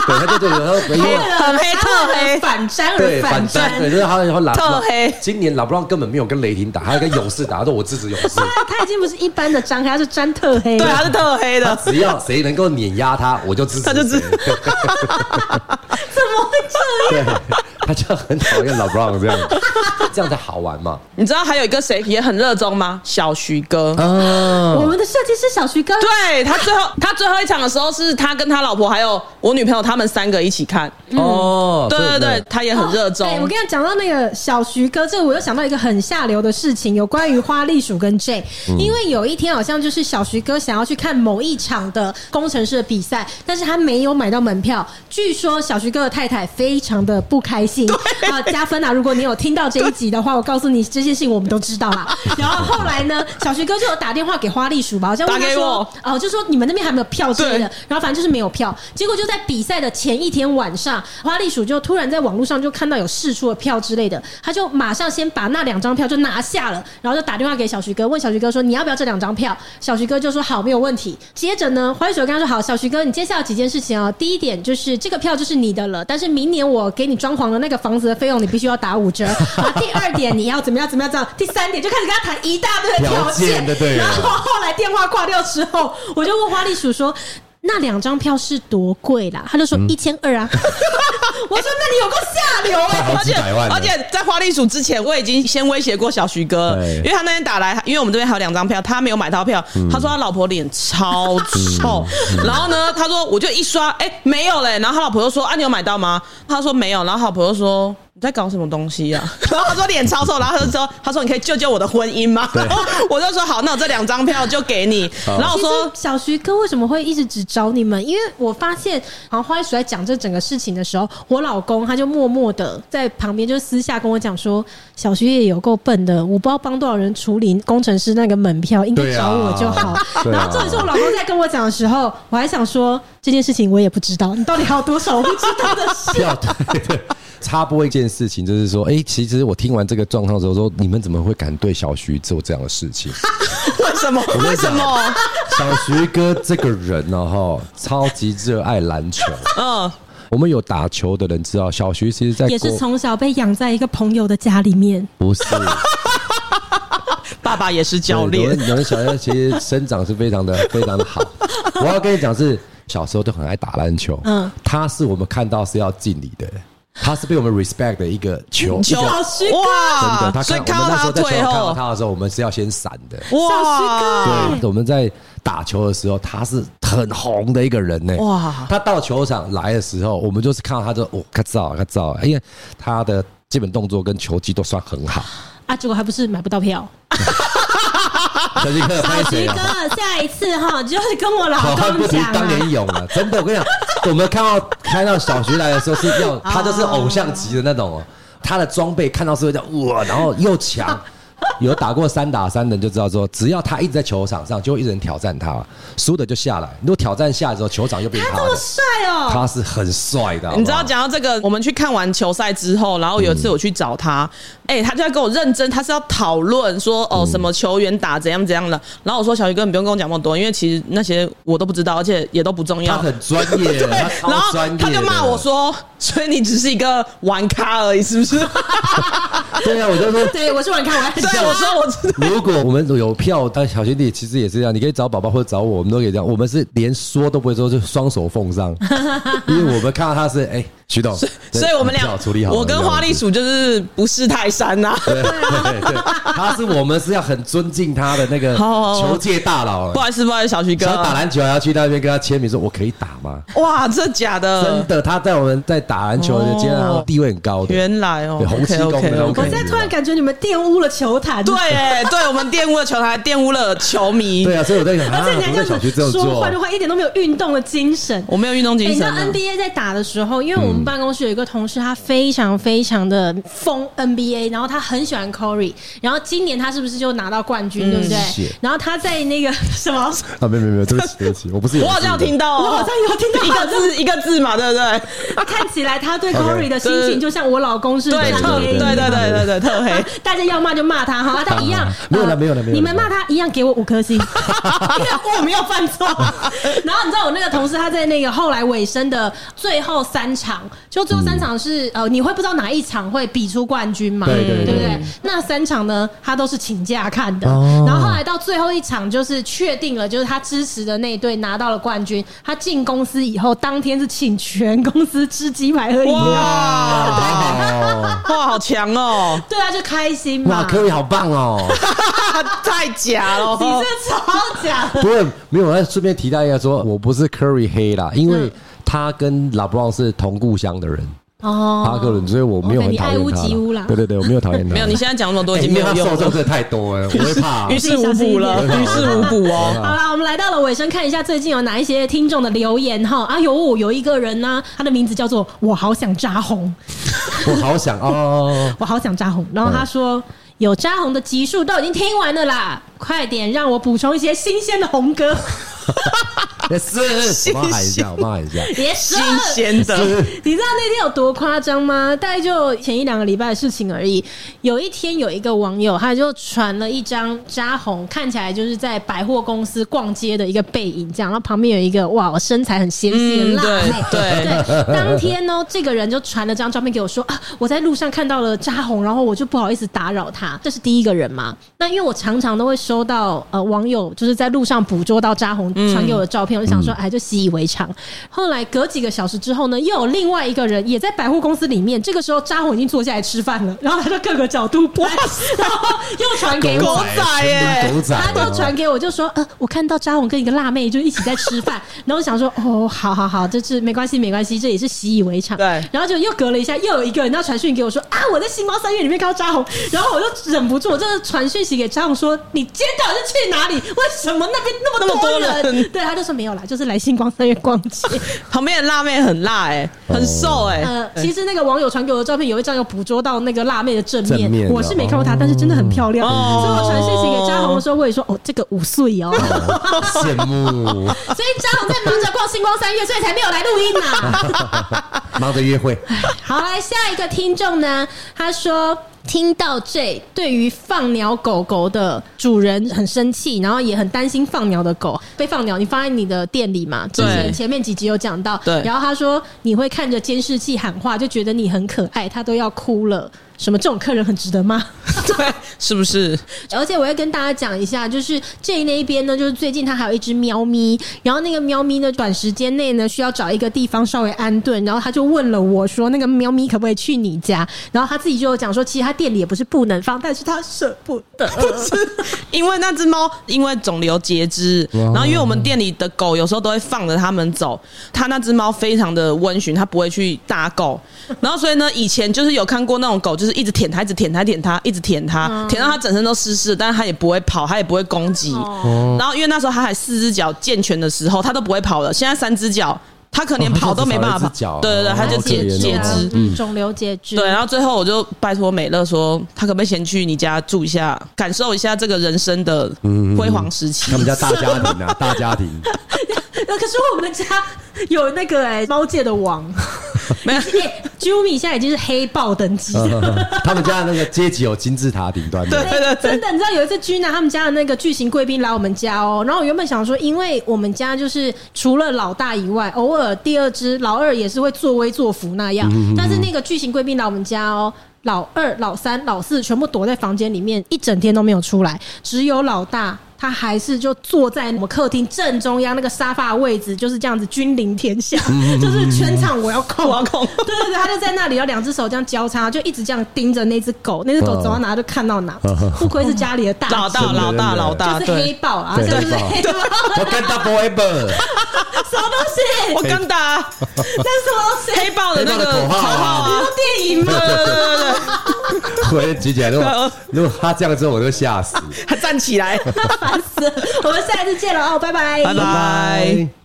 [SPEAKER 3] 对，他就觉得说，因为
[SPEAKER 2] 很黑特黑，
[SPEAKER 1] 反沾
[SPEAKER 3] 对
[SPEAKER 1] 而
[SPEAKER 3] 反
[SPEAKER 1] 沾
[SPEAKER 3] 战，，对，就是他然后老
[SPEAKER 2] 特黑
[SPEAKER 3] 今年老布朗根本没有跟雷霆打，他跟勇士打，他说我支持勇 士。
[SPEAKER 1] 他已经不是一般的沾黑，他是沾特黑。
[SPEAKER 2] 对，他啊是特黑
[SPEAKER 3] 他
[SPEAKER 2] 的，
[SPEAKER 3] 只要谁能够碾压他，我就支持
[SPEAKER 2] 他
[SPEAKER 3] 谁。
[SPEAKER 2] 就支
[SPEAKER 1] 怎么会这
[SPEAKER 3] 对，他就很讨厌老布朗这样， 这样才好玩嘛。
[SPEAKER 2] 你知道还有一个谁也很热衷吗？小徐
[SPEAKER 3] 啊
[SPEAKER 2] 哥。
[SPEAKER 1] 样？
[SPEAKER 3] 哦
[SPEAKER 1] 我们的设计师小徐哥，
[SPEAKER 2] 对他最后，他最后一场的时候是他跟他老婆还有我女朋友他们三个一起看。
[SPEAKER 3] 哦，
[SPEAKER 2] 嗯对对对，，他也很热衷
[SPEAKER 3] 哎
[SPEAKER 1] 哦对。我跟你讲到那个小徐哥，这我又想到一个很下流的事情，有关于花栗鼠跟 J。因
[SPEAKER 2] 嗯
[SPEAKER 1] 为有一天好像就是小徐哥想要去看某一场的工程师的比赛，但是他没有买到门票。据说小徐哥的太太非常的不开心。啊，加芬啊，如果你有听到这一集的话，我告诉你这些事情我们都知道啦。然后后来呢，小徐哥就有打电话给花栗鼠吧，好像问他
[SPEAKER 2] 打给
[SPEAKER 1] 说
[SPEAKER 2] 我，
[SPEAKER 1] 哦，就说你们那边还没有票之类的
[SPEAKER 2] 对。
[SPEAKER 1] 然后反正就是没有票。结果就在比赛的前一天晚上，花栗鼠就突然在网络上就看到有试出的票之类的，他就马上先把那两张票就拿下了，然后就打电话给小徐哥，问小徐哥说你要不要这两张票？小徐哥就说好，没有问题。接着呢，花栗鼠跟他说好，小徐哥，你接下来有几件事情啊、第一点就是这个票就是你的了，但是明年我给你装潢的那个房子的费用你必须要打五折。然后第二点你要怎么样怎么样怎么样，第三点就开始跟他谈一大堆的条
[SPEAKER 3] 条件的对了啊
[SPEAKER 1] 然后后来电话挂掉之后，我就问花栗鼠说：“那两张票是多贵啦？”他就
[SPEAKER 3] 嗯
[SPEAKER 1] 说：“一千 二啊。”我说：“那你有够下流哎、
[SPEAKER 3] 好
[SPEAKER 2] 而
[SPEAKER 3] 几
[SPEAKER 2] 且
[SPEAKER 3] 百万了
[SPEAKER 2] 而且在花栗鼠之前，我已经先威胁过小徐哥了，
[SPEAKER 3] 对
[SPEAKER 2] 因
[SPEAKER 3] 嗯
[SPEAKER 2] 为他那天打来，因为我们这边还有两张票，他没有买到票，他说他老婆脸超臭，然后呢，他说我就一刷，哎、没有嘞，然后他老婆就说啊，你有买到吗？他说没有，然后他老婆就说你在搞什么东西呀、 然后他说脸超臭，然后他就说他说你可以救救我的婚姻吗？然后我就说好，那我这两张票就给你。然后我
[SPEAKER 1] 其实
[SPEAKER 2] 说
[SPEAKER 1] 小徐哥为什么会一直只找你们？因为我发现，好像花叔在讲这整个事情的时候，我老公他就默默的在旁边，就私下跟我讲说，小徐也有够笨的，我不知道帮多少人处理工程师那个门票，应该
[SPEAKER 3] 对啊
[SPEAKER 1] 找我就好。
[SPEAKER 3] 对啊
[SPEAKER 1] 然后重点是我老公在跟我讲的时候，我还想说这件事情我也不知道，你到底还有多少我不知道的事？
[SPEAKER 3] 不要 对对插播一件事情，就是说，哎、其实我听完这个状况之后，说你们怎么会敢对小徐做这样的 事情？
[SPEAKER 2] 为什么？为什么？
[SPEAKER 3] 小徐哥这个人呢、哦，哈，超级热爱篮球。
[SPEAKER 2] 嗯，
[SPEAKER 3] 我们有打球的人知道，小徐其实在
[SPEAKER 1] 也
[SPEAKER 3] 国
[SPEAKER 1] 是从小被养在一个朋友的家里面，
[SPEAKER 3] 不是
[SPEAKER 2] 爸爸也是 教
[SPEAKER 3] 对有
[SPEAKER 2] 练
[SPEAKER 3] 人有人小孩其实生长是非常的 非常的好。我要跟你讲是小时候都很爱打篮球，嗯
[SPEAKER 1] 嗯，
[SPEAKER 3] 他是我们看到是要敬礼的，他是被我们 respect 的一个球。
[SPEAKER 2] 嗯球啊
[SPEAKER 3] 一个
[SPEAKER 1] 徐哥
[SPEAKER 3] 真的，他
[SPEAKER 2] 所以
[SPEAKER 3] 看
[SPEAKER 2] 看
[SPEAKER 3] 我
[SPEAKER 2] 到
[SPEAKER 3] 们那时
[SPEAKER 2] 他
[SPEAKER 3] 候在球
[SPEAKER 2] 退
[SPEAKER 3] 场看到
[SPEAKER 2] 后，
[SPEAKER 3] 他的时候，我们是要先闪的。
[SPEAKER 1] 小
[SPEAKER 3] 对，我们在打球的时候，他是很红的一个人呢。哇
[SPEAKER 2] 哇！
[SPEAKER 3] 他到球场来的时候，我们就是看到他就哦，咔照咔照，因为他的基本动作跟球技都算 很好。
[SPEAKER 1] 啊，结果还不是买不到票。
[SPEAKER 3] 小徐哥拍
[SPEAKER 1] 小徐
[SPEAKER 3] 谁啊？
[SPEAKER 1] 哥，下一次哈，就是跟我老
[SPEAKER 3] 好汉不
[SPEAKER 1] 公
[SPEAKER 3] 提
[SPEAKER 1] 讲、
[SPEAKER 3] 当年
[SPEAKER 1] 啊。
[SPEAKER 3] 勇啊！真的，我跟 你讲，我们看到看到小徐来的时候是
[SPEAKER 2] 哦
[SPEAKER 3] 要，他就是偶像级的那种哦。他的装备看到是会叫哇，然后又 强。有打过三打三的人就知道说，只要他一直在球场上，就会一直人挑战他，啊输的就下来。如果挑战下来之后，球场又变
[SPEAKER 1] 他
[SPEAKER 3] 他
[SPEAKER 1] 这么
[SPEAKER 3] 的，
[SPEAKER 1] 帅哦、
[SPEAKER 3] 他是很帅的。好不好
[SPEAKER 2] 你知道，讲到这个，我们去看完球赛之后，然后有一次我去找他，
[SPEAKER 3] 嗯
[SPEAKER 2] 哎、他就在跟我认真，他是要讨论说哦什么球员打怎样怎样的。然后我说小鱼哥，你不用跟我讲那么多，因为其实那些我都不知道，而且也都不重
[SPEAKER 3] 他
[SPEAKER 2] 要。
[SPEAKER 3] 很专业，他
[SPEAKER 2] 然
[SPEAKER 3] 超
[SPEAKER 2] 后
[SPEAKER 3] 专业。
[SPEAKER 2] 他就骂我，说：“所以你只是一个玩咖而已，是 不是
[SPEAKER 3] 啊对啊，我就说。
[SPEAKER 1] 对，我是玩看完。？”
[SPEAKER 2] 对，啊
[SPEAKER 3] 啊
[SPEAKER 2] 我说我 知道。
[SPEAKER 3] 如果我们有票，但小兄弟其实也是这样，你可以找宝宝或者找我，我们都可以这样。我们是连说都不会说，就双手 奉上，因为我们看到他是哎，徐董，
[SPEAKER 2] 所以我们俩
[SPEAKER 3] 对你最好处理好了，
[SPEAKER 2] 我跟花栗
[SPEAKER 3] 这样子。
[SPEAKER 2] 鼠就是不是泰山啊呐、
[SPEAKER 3] 对对对，他是我们是要很尊敬他的那个
[SPEAKER 2] 好好好
[SPEAKER 3] 球界大佬
[SPEAKER 2] 不。好意思，不好意思，小徐哥
[SPEAKER 3] 想，要打篮球还要去那边跟他签名，说我可以打吗？
[SPEAKER 2] 哇，这假的
[SPEAKER 3] 真，的，他在我们在打篮球的阶段，他
[SPEAKER 2] 呃哦
[SPEAKER 3] 地位很高的。
[SPEAKER 2] 原来哦
[SPEAKER 3] 对，红七公的那种
[SPEAKER 2] OK，OK，OK
[SPEAKER 1] 我现在突然感觉你们玷污了球坛。
[SPEAKER 3] 啊
[SPEAKER 2] 对，哎，对我们玷污了球台，玷污了 球迷。
[SPEAKER 3] 对啊，所以我在想，
[SPEAKER 1] 而
[SPEAKER 3] 啊，
[SPEAKER 1] 且你还
[SPEAKER 3] 我在
[SPEAKER 1] 这
[SPEAKER 3] 小
[SPEAKER 1] 样
[SPEAKER 3] 区这样
[SPEAKER 1] 子说
[SPEAKER 3] 做
[SPEAKER 1] 话，的话，一点都没有运动的精神。
[SPEAKER 2] 我没有运动
[SPEAKER 1] 欸
[SPEAKER 2] 精
[SPEAKER 1] 你知道
[SPEAKER 2] 神啊。
[SPEAKER 1] NBA 在打的时候，因为我们办公室有一个同事，他非常非常的疯 NBA，然后他很喜欢 Corey，然后今年他是不是就拿到冠军，对不
[SPEAKER 3] 是
[SPEAKER 1] 对？然后他在那个什么，
[SPEAKER 3] 啊，没有没有没有，对不起对不起，我不是 有
[SPEAKER 2] 我好像
[SPEAKER 3] 意的
[SPEAKER 2] 听到哦，
[SPEAKER 1] 我好像有听到
[SPEAKER 2] 一个 字一个字嘛，对不对？
[SPEAKER 1] 他啊看起来他对
[SPEAKER 3] OK
[SPEAKER 1] Corey 的心情就像我老公是
[SPEAKER 2] 对，
[SPEAKER 1] 这样
[SPEAKER 2] 特
[SPEAKER 1] 的
[SPEAKER 2] 对对对对对特黑。
[SPEAKER 1] 大家要骂就骂他 哈，但一样
[SPEAKER 3] 啊没有啦
[SPEAKER 1] 呃
[SPEAKER 3] 没有啦没有啦
[SPEAKER 1] 你们骂他一样给我五颗 星，因 为我没有犯错。然后你知道我那个同事他在那个后来尾声的最后三场，就最后三场是呃你会不知道哪一场会比出冠军嘛，
[SPEAKER 3] 嗯对对对
[SPEAKER 1] 不对？那三场呢他都是请假看的
[SPEAKER 3] 哦，
[SPEAKER 1] 然后后来到最后一场就是确定了，就是他支持的那一队拿到了冠军，他进公司以后当天是请全公司吃鸡排喝饮料。
[SPEAKER 3] 哇，
[SPEAKER 2] 哇
[SPEAKER 3] 好好哦，
[SPEAKER 2] 哇，好强哦！
[SPEAKER 1] 对啊，就开心
[SPEAKER 3] 哇，
[SPEAKER 1] 嘛！
[SPEAKER 3] 科比好棒哦。
[SPEAKER 2] 太假了哦
[SPEAKER 1] 你这超假的，
[SPEAKER 3] 不过没有，那顺便提到一下说，我不是 Curry
[SPEAKER 1] 嗯
[SPEAKER 3] 黑啦，因为他跟 LeBron 是同故乡的人，
[SPEAKER 1] 哦，
[SPEAKER 3] 哈克伦，所以我没有很讨厌
[SPEAKER 1] OK，你爱屋及乌
[SPEAKER 3] 他
[SPEAKER 1] 啦
[SPEAKER 3] 对对对，我没有讨厌 他。
[SPEAKER 2] 没有，你现在讲那么多
[SPEAKER 3] 哎
[SPEAKER 2] 已经
[SPEAKER 3] 因
[SPEAKER 2] 没
[SPEAKER 3] 为
[SPEAKER 2] 有用
[SPEAKER 3] 他受众
[SPEAKER 2] 了，
[SPEAKER 3] 真的太 多了，我会怕。
[SPEAKER 2] 于事无补了，
[SPEAKER 3] 对
[SPEAKER 2] 于事无补 哦。
[SPEAKER 1] 好啦，我们来到了尾声，看一下最近有哪一些听众的留言哈。啊有有一个人呢、他的名字叫做“我好想扎红
[SPEAKER 3] 我好想 哦”，，
[SPEAKER 1] 我好想扎红。然后他说。有扎红的集数都已经听完了啦，快点让我补充一些新鲜的红歌。
[SPEAKER 3] 是，
[SPEAKER 2] 谢
[SPEAKER 3] 我骂一下，我骂一下。
[SPEAKER 1] 别说
[SPEAKER 2] 新鲜的，
[SPEAKER 1] 你知道那天有多夸张吗？大概就前一两个礼拜的事情而已。有一天，有一个网友他就传了一张扎红看起来就是在百货公司逛街的一个背影，这样，然后旁边有一个哇，我身材很纤细的
[SPEAKER 2] 嗯，
[SPEAKER 1] 辣
[SPEAKER 2] 对
[SPEAKER 1] 妹。
[SPEAKER 2] 对，
[SPEAKER 1] 对，当天呢，这个人就传了张照片给我说啊，我在路上看到了扎红，然后我就不好意思打扰他，这是第一个人嘛。那因为我常常都会收到呃网友就是在路上捕捉到扎红传给我的照片，片，我就想说，哎，就习以为常。后来隔几个小时之后呢，又有另外一个人也在百货公司里面，这个时候扎红已经坐下来吃饭了，然后他就各个角度 拍，然后又传给
[SPEAKER 2] 狗
[SPEAKER 1] 我。
[SPEAKER 2] 仔耶
[SPEAKER 3] 哎全都是狗仔，
[SPEAKER 1] 他就传给我，就说：“呃，我看到扎红跟一个辣妹就一起在吃饭， 然后我想说，哦，好好好，这是没关系，没关系，这也是习以为常。
[SPEAKER 2] 对
[SPEAKER 1] 然后就又隔了一下，又有一个人要传讯给我说：啊，我在星光三月里面看到扎红，然后我就忍不住，我就是传讯息给扎红说：你今天到底是去哪里？为什么那边那么多人？
[SPEAKER 2] 那么多人
[SPEAKER 1] 对，他就说没有啦，就是来星光三月逛街。
[SPEAKER 2] 旁边的辣妹很辣哎、很瘦哎、
[SPEAKER 1] 呃，其实那个网友传给我的照片，有一张有捕捉到那个辣妹的正面，
[SPEAKER 3] 正面的
[SPEAKER 1] 我是没看过她，但是真的很漂亮。
[SPEAKER 2] 哦
[SPEAKER 1] 所以我传讯息给嘉宏的时候，我也说哦，这个五岁哦，
[SPEAKER 3] 羡慕，
[SPEAKER 1] 所以嘉宏在忙着逛星光三月，所以才没有来录音呐、
[SPEAKER 3] 忙着约会，
[SPEAKER 1] 好，来下一个听众呢，他说。听到这，对于放鸟狗狗的主人很生气，然后也很担心放鸟的狗被放鸟。你放在你的店里嘛？之前
[SPEAKER 2] 对
[SPEAKER 1] 前面几集有讲到。
[SPEAKER 2] 对
[SPEAKER 1] 然后他说你会看着监视器喊话，就觉得你很可爱，他都要哭了。什么这种客人很值得吗？
[SPEAKER 2] 对，是不是？
[SPEAKER 1] 而且我要跟大家讲一下，就是这那边呢，就是最近它还有一只喵咪，然后那个喵咪呢，短时间内呢需要找一个地方稍微安顿，然后他就问了我说，那个喵咪可不可以去你家？然后他自己就有讲说，其实他店里也不是不能放，但是他舍不得。
[SPEAKER 2] 因为那只猫因为肿瘤截肢，然后因为我们店里的狗有时候都会放着它们走，它那只猫非常的温驯，它不会去打狗，然后所以呢，以前就是有看过那种狗，就是一直舔它，一直舔它，舔它，一直舔它，舔到它整身都湿湿的，但是它也不会跑，它也不会攻击。
[SPEAKER 1] 哦
[SPEAKER 2] 然后因为那时候它还四只脚健全的时候，它都不会跑了，现在三只脚。它可能连
[SPEAKER 3] 哦它
[SPEAKER 2] 跑
[SPEAKER 3] 只
[SPEAKER 2] 都没
[SPEAKER 3] 少了
[SPEAKER 2] 办
[SPEAKER 3] 一
[SPEAKER 2] 法
[SPEAKER 3] 只脚
[SPEAKER 2] 跑，对对对，
[SPEAKER 3] 哦
[SPEAKER 2] 它就
[SPEAKER 3] 好可
[SPEAKER 2] 截
[SPEAKER 3] 怜哦
[SPEAKER 2] 截肢
[SPEAKER 3] 嗯，
[SPEAKER 1] 嗯，肿瘤截肢。
[SPEAKER 2] 对，然后最后我就拜托美乐说，他可不可以先去你家住一下，感受一下这个人生的辉煌时期
[SPEAKER 3] 他。们家大家 庭啊，大家庭，
[SPEAKER 1] 呃可是我们家有那个哎、猫界的王，
[SPEAKER 2] 没有，
[SPEAKER 1] 哎、j u m i 现在已经是黑豹等级
[SPEAKER 3] 嗯
[SPEAKER 1] 了。
[SPEAKER 3] 他们家的那个阶级有金字塔顶端的，
[SPEAKER 2] 对对对
[SPEAKER 1] 真的，你知道有一次君娜他们家的那个巨型贵宾来我们家哦，然后我原本想说，因为我们家就是除了老大以外，偶尔第二只老二也是会作威作福那
[SPEAKER 2] 嗯
[SPEAKER 1] 样，但是那个巨型贵宾来我们家哦。老二、老三、老四全部躲在房间里面，一整天都没有出来，只有老大他还是就坐在我们客厅正中央那个沙发位置，就是这样子君临天下，
[SPEAKER 2] 嗯
[SPEAKER 1] 就是全场 我要控，
[SPEAKER 2] 我要控
[SPEAKER 1] 对对对，他就在那里，然后两只手这样交叉，就一直这样盯着那只狗，那只狗走到哪就看到哪，不愧是家里的大
[SPEAKER 2] 老大
[SPEAKER 1] 姐
[SPEAKER 3] 真的
[SPEAKER 2] 老大
[SPEAKER 3] 真的
[SPEAKER 2] 老大，
[SPEAKER 1] 就是黑
[SPEAKER 2] 对，
[SPEAKER 1] 豹啊，
[SPEAKER 3] 对
[SPEAKER 1] 现在就是黑豹，
[SPEAKER 3] 我跟 Double Ever
[SPEAKER 1] 什么东
[SPEAKER 2] 我
[SPEAKER 1] 西？
[SPEAKER 2] 跟大家
[SPEAKER 1] 那是什么东西？
[SPEAKER 2] 黑豹的那
[SPEAKER 3] 黑豹
[SPEAKER 2] 个
[SPEAKER 3] 的口号啊
[SPEAKER 1] 好
[SPEAKER 2] 啊
[SPEAKER 1] 电影吗
[SPEAKER 2] 对？对对对对
[SPEAKER 3] 回举起来，如果如果他这样之后，我就吓死。
[SPEAKER 2] 对，他站起来，
[SPEAKER 1] 烦死了！我们下一次见了哦，拜拜，
[SPEAKER 2] 拜拜。